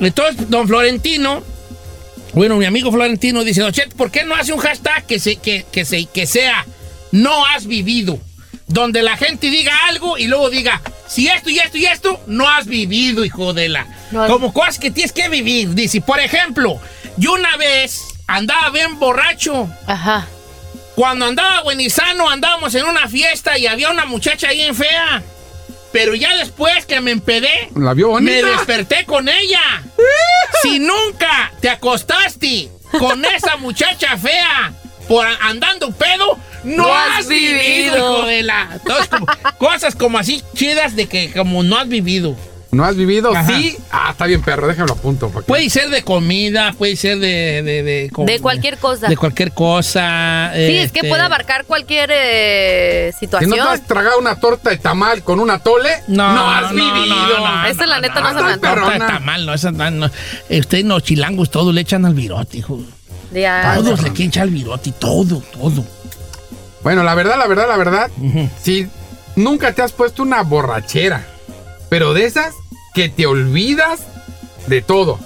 Speaker 1: Entonces, don Florentino, bueno, mi amigo Florentino dice, Don Cheto, ¿por qué no hace un hashtag que, se, que, que se, que sea no has vivido? Donde la gente diga algo y luego diga, si esto y esto y esto, no has vivido, hijo de la. Como cosas que tienes que vivir. Dice, por ejemplo, yo una vez andaba bien borracho.
Speaker 8: Ajá.
Speaker 1: Cuando andaba buenizano, andábamos en una fiesta y había una muchacha ahí en fea. Pero ya después que me empedé,
Speaker 10: La vio bonita.
Speaker 1: me desperté con ella. si nunca te acostaste con esa muchacha fea por a- andando pedo, no,
Speaker 8: No
Speaker 1: has,
Speaker 8: has
Speaker 1: vivido,
Speaker 8: vivido.
Speaker 1: hijo de la- Entonces, como- cosas como así chidas de que como no has vivido.
Speaker 10: ¿No has vivido?
Speaker 1: Ajá.
Speaker 10: Sí. Ah, está bien, perro, déjamelo a punto. porque-
Speaker 1: Puede ser de comida, puede ser de... De, de- como-
Speaker 8: De cualquier cosa.
Speaker 1: de cualquier cosa.
Speaker 8: Sí, es que puede abarcar cualquier eh,
Speaker 10: Este, Si
Speaker 8: situación.
Speaker 10: no te has tragado una torta de tamal con una tole,
Speaker 1: No,
Speaker 10: no, has
Speaker 1: no,
Speaker 10: vivido.
Speaker 1: no, no,
Speaker 8: Esa, la neta, no se me
Speaker 1: No,
Speaker 8: antoja.
Speaker 1: está, está mal, no, esa no, no. Eh, Ustedes los chilangos todos le echan al virote, hijo.
Speaker 10: Ah.
Speaker 8: Ya.
Speaker 1: Todos le quieren echar al virote, todo, todo.
Speaker 10: Bueno, la verdad, la verdad, la verdad, si nunca te has puesto una borrachera, pero de esas que te olvidas de todo.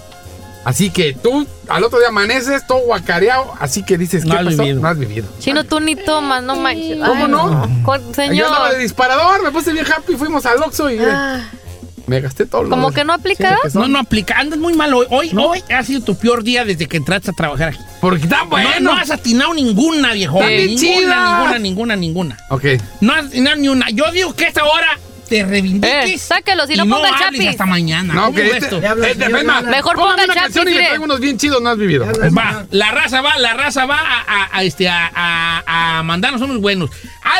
Speaker 10: Así que tú al otro día amaneces todo guacareado, así que dices,
Speaker 1: No
Speaker 10: ¿qué
Speaker 1: has
Speaker 10: pasó?
Speaker 1: vivido.
Speaker 10: No has vivido.
Speaker 8: Chino, tú ni tomas, no manches.
Speaker 10: ¿Cómo
Speaker 8: Ay,
Speaker 10: no?
Speaker 8: Con-
Speaker 10: Yo andaba de
Speaker 8: Señor.
Speaker 10: disparador, me puse bien happy, fuimos al Oxxo y eh,
Speaker 8: Ah,
Speaker 10: me gasté todo. lo-
Speaker 8: Como que no aplicaba.
Speaker 10: Sí, que son-
Speaker 1: No, no aplica. Andas muy mal hoy. Hoy, hoy ha sido tu peor día desde que entraste a trabajar aquí.
Speaker 10: Porque está bueno.
Speaker 1: No, no has atinado ninguna, viejo.
Speaker 10: Están bien
Speaker 1: Ninguna,
Speaker 10: chidas.
Speaker 1: ninguna, ninguna, ninguna.
Speaker 10: Ok.
Speaker 1: No has atinado ni una. Yo digo que esta hora te reivindiques.
Speaker 8: Eh, sáquelo, si
Speaker 1: y
Speaker 8: no ponga el
Speaker 1: hables
Speaker 8: chapis.
Speaker 1: hasta mañana.
Speaker 10: No,
Speaker 1: ¿Cómo
Speaker 10: que
Speaker 1: ves
Speaker 10: este-
Speaker 1: esto?
Speaker 10: este- es más,
Speaker 8: Mejor
Speaker 10: pongan
Speaker 8: ponga
Speaker 10: una
Speaker 8: Chapis,
Speaker 10: canción y le
Speaker 8: mire.
Speaker 10: traigo unos bien chidos, no has vivido.
Speaker 1: Va, la raza va, la raza va a, a- a, este, a, a- a mandarnos unos buenos.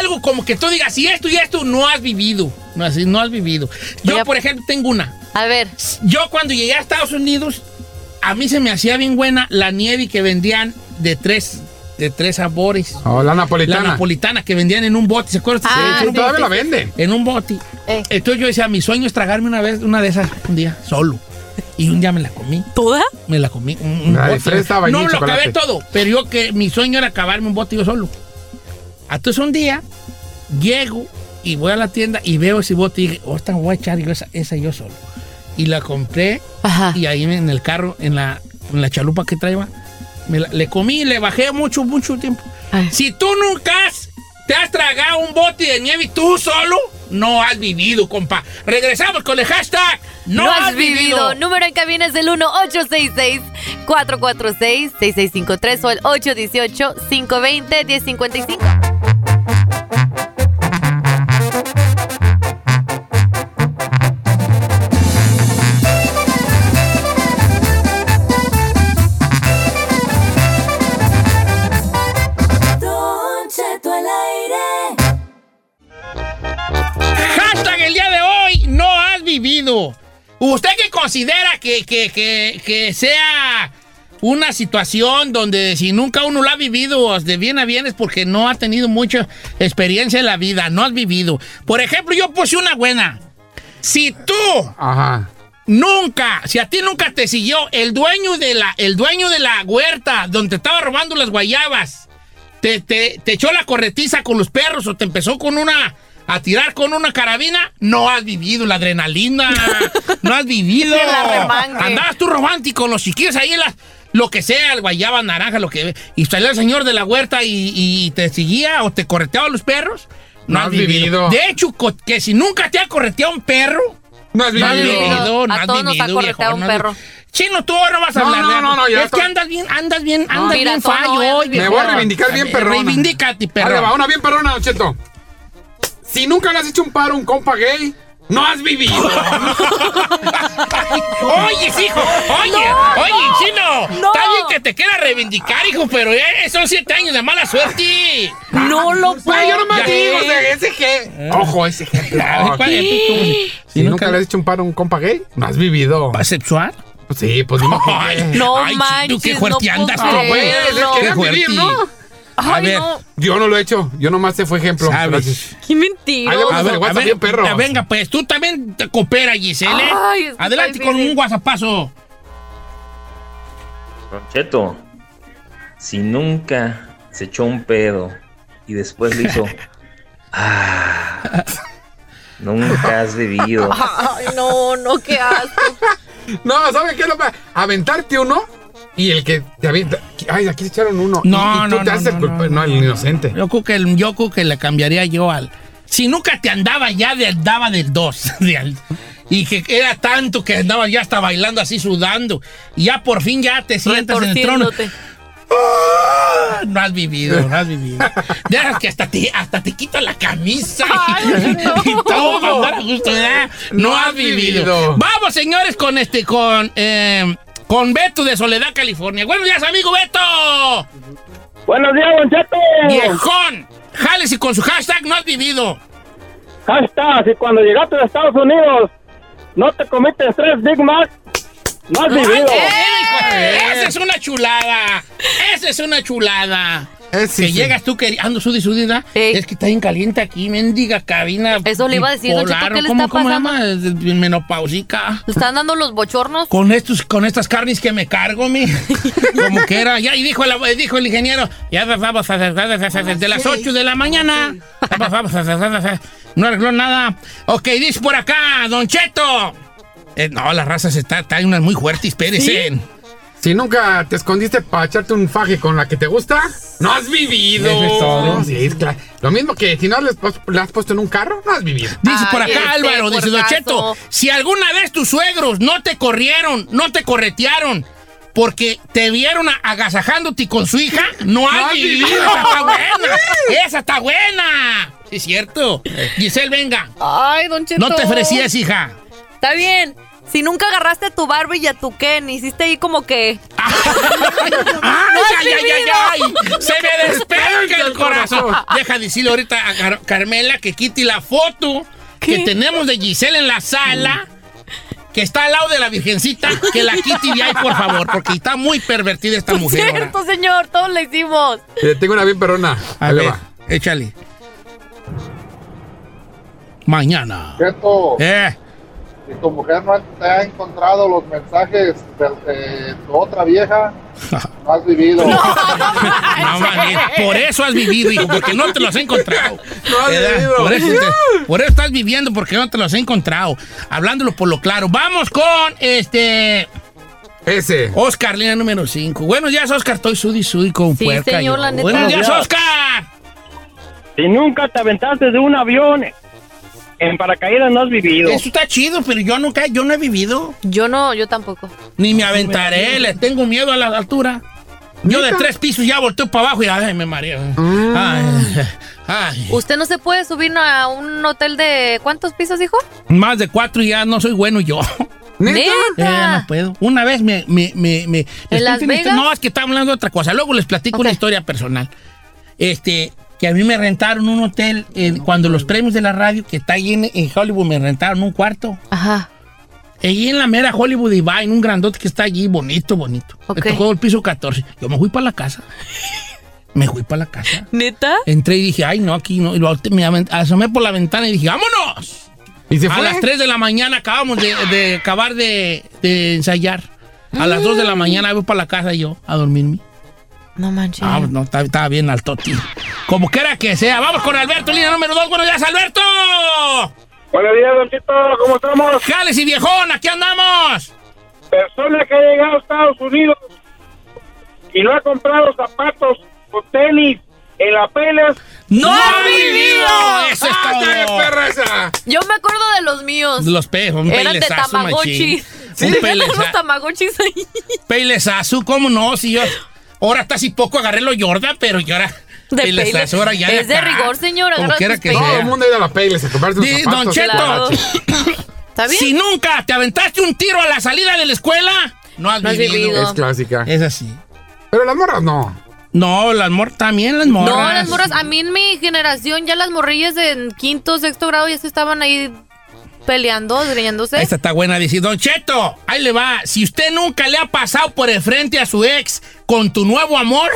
Speaker 1: Algo como que tú digas, si esto y esto no has vivido. No, así, no has vivido. Yo,
Speaker 8: Voy a-
Speaker 1: por ejemplo, tengo una.
Speaker 8: A ver.
Speaker 1: Yo cuando llegué a Estados Unidos, a mí se me hacía bien buena la nieve que vendían de tres, de tres sabores.
Speaker 10: Oh, la
Speaker 1: La
Speaker 10: napolitana.
Speaker 1: napolitana que vendían en un bote, ¿se acuerdan?
Speaker 10: Sí,
Speaker 8: Ah,
Speaker 10: sí,
Speaker 1: en, un
Speaker 10: todavía
Speaker 1: bote,
Speaker 10: la venden.
Speaker 1: en un bote.
Speaker 8: Eh.
Speaker 1: Entonces yo decía, mi sueño es tragarme una vez una de esas un día, solo. Y un día me la comí.
Speaker 5: ¿Toda?
Speaker 1: Me la comí. un- un
Speaker 10: La de
Speaker 1: bote.
Speaker 10: fresa, vainilla
Speaker 1: no
Speaker 10: y
Speaker 1: me lo acabé
Speaker 10: chocolate.
Speaker 1: todo, pero yo que mi sueño era acabarme un bote yo solo. Entonces un día llego y voy a la tienda y veo ese bote y dije, ahorita me voy a echar yo esa, esa yo solo. Y la compré
Speaker 8: Ajá.
Speaker 1: y ahí en el carro, en la, en la chalupa que traía, me la- le comí y le bajé mucho, mucho tiempo.
Speaker 8: Ay.
Speaker 1: Si tú nunca has- te has tragado un bote de nieve tú solo, no has vivido, compa. Regresamos con el hashtag No, has, vivido.
Speaker 8: Número en cabina es el 1-866-446-6653 o el 818-520-1055.
Speaker 4: Don Cheto al aire.
Speaker 1: Hashtag el día de hoy, no has vivido. ¿Usted que considera que, que- que- que sea una situación donde si nunca uno la ha vivido de bien a bien es porque no ha tenido mucha experiencia en la vida, no has vivido? Por ejemplo, yo puse una buena. Si tú
Speaker 10: Ajá.
Speaker 1: Nunca, si a ti nunca te siguió el dueño de la, el dueño de la huerta donde te estaba robando las guayabas, te, te- te echó la corretiza con los perros o te empezó con una a tirar con una carabina, no has vivido la adrenalina, no has vivido.
Speaker 8: Que la remangue.
Speaker 1: Andabas tú romántico con los chiquillos ahí en las- lo que sea, el guayaba, naranja, lo que y salió el señor de la huerta y, y te seguía o te correteaba los perros, no, has vivido.
Speaker 10: vivido.
Speaker 1: De hecho, co- que si nunca te ha correteado un perro,
Speaker 10: No has
Speaker 1: no has
Speaker 10: vivido.
Speaker 1: vivido, no
Speaker 8: A
Speaker 1: has
Speaker 8: todos nos
Speaker 1: vivido,
Speaker 8: ha
Speaker 1: viejo,
Speaker 8: correteado un
Speaker 1: no has-
Speaker 8: perro.
Speaker 1: Chino, tú no vas a
Speaker 10: No,
Speaker 1: hablar.
Speaker 10: no,
Speaker 1: ¿verdad?
Speaker 10: no, no, ya
Speaker 1: Es
Speaker 10: estoy-
Speaker 1: que andas bien, andas bien, andas bien
Speaker 8: piratón,
Speaker 1: fallo
Speaker 8: no, ya
Speaker 1: hoy,
Speaker 8: me
Speaker 1: viejo.
Speaker 10: voy a reivindicar bien, perrona.
Speaker 1: Reivindícate,
Speaker 10: Ahí le va,
Speaker 1: perrona.
Speaker 10: una bien perrona, Don Cheto. Si nunca le has hecho un paro a un compa gay, no has vivido.
Speaker 1: Oye, hijo, oye, oye, chino.
Speaker 8: no.
Speaker 1: Está bien que te quieras reivindicar, hijo, pero eh, son siete años de mala suerte.
Speaker 5: No lo puedo.
Speaker 10: Ay, Pues, yo no me
Speaker 1: Ya.
Speaker 10: digo, o sea, ese G. Ojo, ese
Speaker 1: Ay, ¿cuál es
Speaker 10: G.
Speaker 1: tu- tu-
Speaker 10: Si nunca le has hecho un paro a un compa gay, no has vivido.
Speaker 1: ¿Sexual?
Speaker 10: Pues Sí, pues dime que-
Speaker 8: No
Speaker 1: ay, chino, qué
Speaker 8: manches,
Speaker 1: fuerte
Speaker 8: no puedo
Speaker 1: andas tú,
Speaker 8: creer.
Speaker 1: güey.
Speaker 10: Pues, es
Speaker 8: no.
Speaker 10: que
Speaker 1: Qué
Speaker 10: dejan vivir,
Speaker 1: fuerte.
Speaker 10: ¿no?
Speaker 1: A ver,
Speaker 10: Yo no lo he hecho. Yo nomás te fue ejemplo.
Speaker 1: sabes.
Speaker 5: ¡Qué
Speaker 10: Ahí
Speaker 5: mentira!
Speaker 10: le va.
Speaker 1: A ver,
Speaker 10: WhatsApp
Speaker 1: a ver,
Speaker 10: bien, perro.
Speaker 1: ya, Venga, pues, tú también te coopera, Giselle. ¿eh?
Speaker 8: Ay, es que
Speaker 1: Adelante
Speaker 8: está
Speaker 1: con
Speaker 8: difícil.
Speaker 1: un guasapazo.
Speaker 11: Don Cheto, si nunca Ah. se echó un pedo y después le hizo. "Ah", nunca has vivido.
Speaker 8: Ay, no, no, qué asco.
Speaker 10: Gracias. No, ¿sabes qué? es lo peor? Aventarte uno y el que te avienta. Ay, aquí se echaron uno.
Speaker 1: No,
Speaker 10: y, y tú te
Speaker 1: no, no,
Speaker 10: haces
Speaker 1: no,
Speaker 10: el culpable.
Speaker 1: no,
Speaker 10: No, el inocente.
Speaker 1: Yo creo que, el- yo creo que le cambiaría yo al. Si nunca te andaba ya, de, andaba del 2. y que era tanto que andaba ya hasta bailando así, sudando. Y ya por fin ya te sientas en el trono.
Speaker 5: Retorciéndote.
Speaker 1: ¡Ah! No has vivido, no has vivido. Dejas que hasta te, hasta te quita la camisa y, y todo para andar a gusto, ¿verdad? No,
Speaker 10: No
Speaker 1: has
Speaker 10: has
Speaker 1: vivido.
Speaker 10: vivido.
Speaker 1: Vamos, señores, con este, con, eh, con Beto de Soledad, California. Buenos días, amigo Beto.
Speaker 6: Buenos días, Don Cheto.
Speaker 1: Viejón. Jálese con su hashtag, no has vivido.
Speaker 6: Ahí está, si cuando llegaste a Estados Unidos no te comiste tres Big Mac, no has vivido.
Speaker 1: ¡Eh! Esa es una chulada. Esa es una chulada.
Speaker 10: Es, sí,
Speaker 1: que
Speaker 10: sí.
Speaker 1: llegas tú que ando sudi sudi, ¿da?
Speaker 8: Ey.
Speaker 1: Es que está bien caliente aquí, mendiga cabina.
Speaker 8: Eso le iba a decir, don Cheto,
Speaker 1: bipolar,
Speaker 8: ¿qué le
Speaker 1: ¿cómo-
Speaker 8: está
Speaker 1: cómo se
Speaker 8: pasando?
Speaker 1: llama? Es- es Menopausica.
Speaker 8: ¿Le están dando los bochornos?
Speaker 1: Con estos, con estas carnes que me cargo, mi. Como que era. Ya, y dijo el, dijo el ingeniero, ya vamos a de las 8 de la mañana. Vamos, vamos, vamos, vamos, vamos. No arregló nada. Ok, dice por acá, Don Cheto. Eh, no, las razas están, hay unas muy fuertes, espérense.
Speaker 10: Si nunca te escondiste para echarte un faje con la que te gusta, no has vivido.
Speaker 1: Eso es todo.
Speaker 10: Sí, es claro. Lo mismo que si no le has, pos- le has puesto en un carro, no has vivido.
Speaker 1: Dice por
Speaker 8: Ay,
Speaker 1: acá
Speaker 8: este
Speaker 1: Álvaro, dice Don
Speaker 8: puercazo.
Speaker 1: Cheto, si alguna vez tus suegros no te corrieron, no te corretearon, porque te vieron a- agasajándote con su hija, no has
Speaker 10: has
Speaker 1: vivido.
Speaker 10: vivido.
Speaker 1: Esa está buena. Esa está buena. Sí, es cierto. Giselle, venga.
Speaker 8: Ay, don Cheto.
Speaker 1: No te ofrecías, hija.
Speaker 8: Está bien. Si nunca agarraste a tu Barbie y a tu Ken, hiciste ahí como que...
Speaker 1: ¡Ay,
Speaker 8: has
Speaker 1: ay, ay,
Speaker 8: vivido.
Speaker 1: ay, ay! Se me despeja el corazón. Deja decirle ahorita a Car- Carmela que quite la foto que tenemos de Giselle en la sala. Que está al lado de la virgencita, que la quite de ahí, por favor, porque está muy pervertida esta mujer. ahora.
Speaker 8: "Pues Cierto, señor, todos lo hicimos.
Speaker 10: Eh, tengo una bien perrona.
Speaker 1: A
Speaker 10: Ahí le
Speaker 1: ver,
Speaker 10: va.
Speaker 1: échale. Mañana.
Speaker 12: Cheto,
Speaker 1: Eh,
Speaker 12: si tu mujer no te ha encontrado los mensajes de, de tu otra vieja, no has vivido.
Speaker 1: no, mames, por eso has vivido, hijo, porque no te los he encontrado.
Speaker 10: No has
Speaker 1: ¿Verdad?
Speaker 10: vivido.
Speaker 1: Por eso, te- por eso estás viviendo, porque no te los he encontrado. Hablándolo por lo claro. Vamos con este.
Speaker 10: Ese.
Speaker 1: Oscar, línea número 5. Buenos días, Oscar. Estoy sudi sudi con
Speaker 8: Sí,
Speaker 1: puerca.
Speaker 8: señor,
Speaker 1: yo.
Speaker 8: la neta.
Speaker 1: Buenos días,
Speaker 6: Buenos días.
Speaker 1: Oscar.
Speaker 6: Si nunca te aventaste de un avión
Speaker 13: En paracaídas no has vivido.
Speaker 1: Eso está chido, pero yo nunca, yo no he vivido.
Speaker 8: Yo no, yo tampoco.
Speaker 1: Ni me aventaré, le tengo miedo a la altura. Yo de tres pisos ya volteo para abajo y ay, me mareo.
Speaker 10: Ah.
Speaker 1: Ay, ay.
Speaker 8: ¿Usted no se puede subir a un hotel de cuántos pisos, dijo?
Speaker 1: Más de cuatro y ya no soy bueno yo.
Speaker 8: ¿Neta?
Speaker 1: Eh, no puedo. Una vez me... me, me, me- les
Speaker 8: Las
Speaker 1: cuento una
Speaker 8: Vegas?
Speaker 1: histo- No, es que estaba hablando de otra cosa. Luego les platico una historia personal. Este, que a mí me rentaron un hotel eh, cuando los premios de la radio, que está ahí en, en Hollywood, me rentaron un cuarto.
Speaker 8: Ajá.
Speaker 1: Allí en la mera Hollywood Divine, un grandote que está allí, bonito, bonito. Me tocó el piso 14. Yo me fui para la casa. Me fui para la casa.
Speaker 5: ¿Neta?
Speaker 1: Entré y dije, ay, no, aquí no. Y lo- me aven- asomé por la ventana y dije, vámonos.
Speaker 10: ¿Y se
Speaker 1: A
Speaker 10: fue?
Speaker 1: las 3 de la mañana acabamos de, de acabar de, de ensayar. A las 2 de la mañana voy para la casa yo a dormirme.
Speaker 8: No manches.
Speaker 1: Ah, pues no, está- estaba bien alto, tío. Como quiera que sea. Vamos con Alberto, línea número 2. Buenos días, Alberto.
Speaker 14: Buenos días, Don Chito. ¿Cómo estamos?
Speaker 1: Jales y viejón, aquí andamos.
Speaker 14: Persona que ha llegado a Estados Unidos y no ha comprado zapatos o tenis en la pelas.
Speaker 1: ¡No ha vivido! ¡Eso
Speaker 10: ¡Ah,
Speaker 1: es todo!
Speaker 8: Yo me acuerdo de los míos.
Speaker 1: De Los pejos, un
Speaker 8: Eran de
Speaker 1: pelezazo,
Speaker 8: Tamagotchi.
Speaker 1: machín. Un ah.
Speaker 8: Eran
Speaker 1: peleza-
Speaker 8: unos Tamagotchis ahí.
Speaker 1: pelezazo, ¿cómo no? Si yo ahora hasta así poco agarré lo Jordan, pero yo ahora
Speaker 8: De
Speaker 1: pelezazo,
Speaker 8: pele-
Speaker 1: ahora ya
Speaker 8: Es de
Speaker 1: acá.
Speaker 8: rigor, señor.
Speaker 1: Como
Speaker 8: agarra
Speaker 1: quiera
Speaker 8: sus
Speaker 1: que
Speaker 8: pelos.
Speaker 1: sea.
Speaker 10: Todo el mundo ha ido a la Payless a comprarse unos
Speaker 1: Di-
Speaker 10: zapatos.
Speaker 1: Don Cheto.
Speaker 10: Claro.
Speaker 1: Si nunca te aventaste un tiro a la salida de la escuela, no has,
Speaker 10: No has
Speaker 1: vivido.
Speaker 10: vivido. Es clásica.
Speaker 1: Es así.
Speaker 10: Pero las morras no.
Speaker 1: No, las morras también, las morras.
Speaker 8: No, las morras, ¿eh? a mí en mi generación ya las morrillas en quinto, sexto grado ya se estaban ahí peleando, greñándose.
Speaker 1: Esta está buena, dice Don Cheto. Ahí le va. Si usted nunca le ha pasado por el frente a su ex con tu nuevo amor,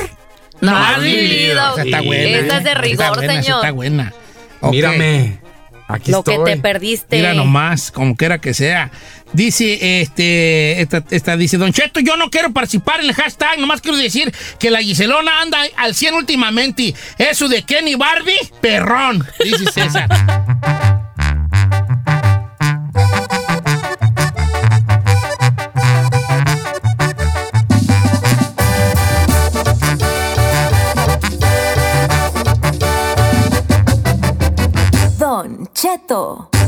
Speaker 8: No
Speaker 1: la
Speaker 8: has vivido.
Speaker 1: Esa está buena.
Speaker 8: Esa es de
Speaker 1: ¿eh? Esa
Speaker 8: rigor,
Speaker 1: está buena, esa
Speaker 8: señor.
Speaker 1: Está buena. Ok.
Speaker 10: Mírame. Aquí
Speaker 8: Lo que
Speaker 10: estoy.
Speaker 8: te perdiste.
Speaker 1: Mira nomás, como quiera que sea. Dice, este, esta, esta dice, Don Cheto, yo no quiero participar en el hashtag, nomás quiero decir que la Giselona anda al 100 últimamente. Eso de Kenny Barbie, perrón, dice César.
Speaker 4: Don Cheto.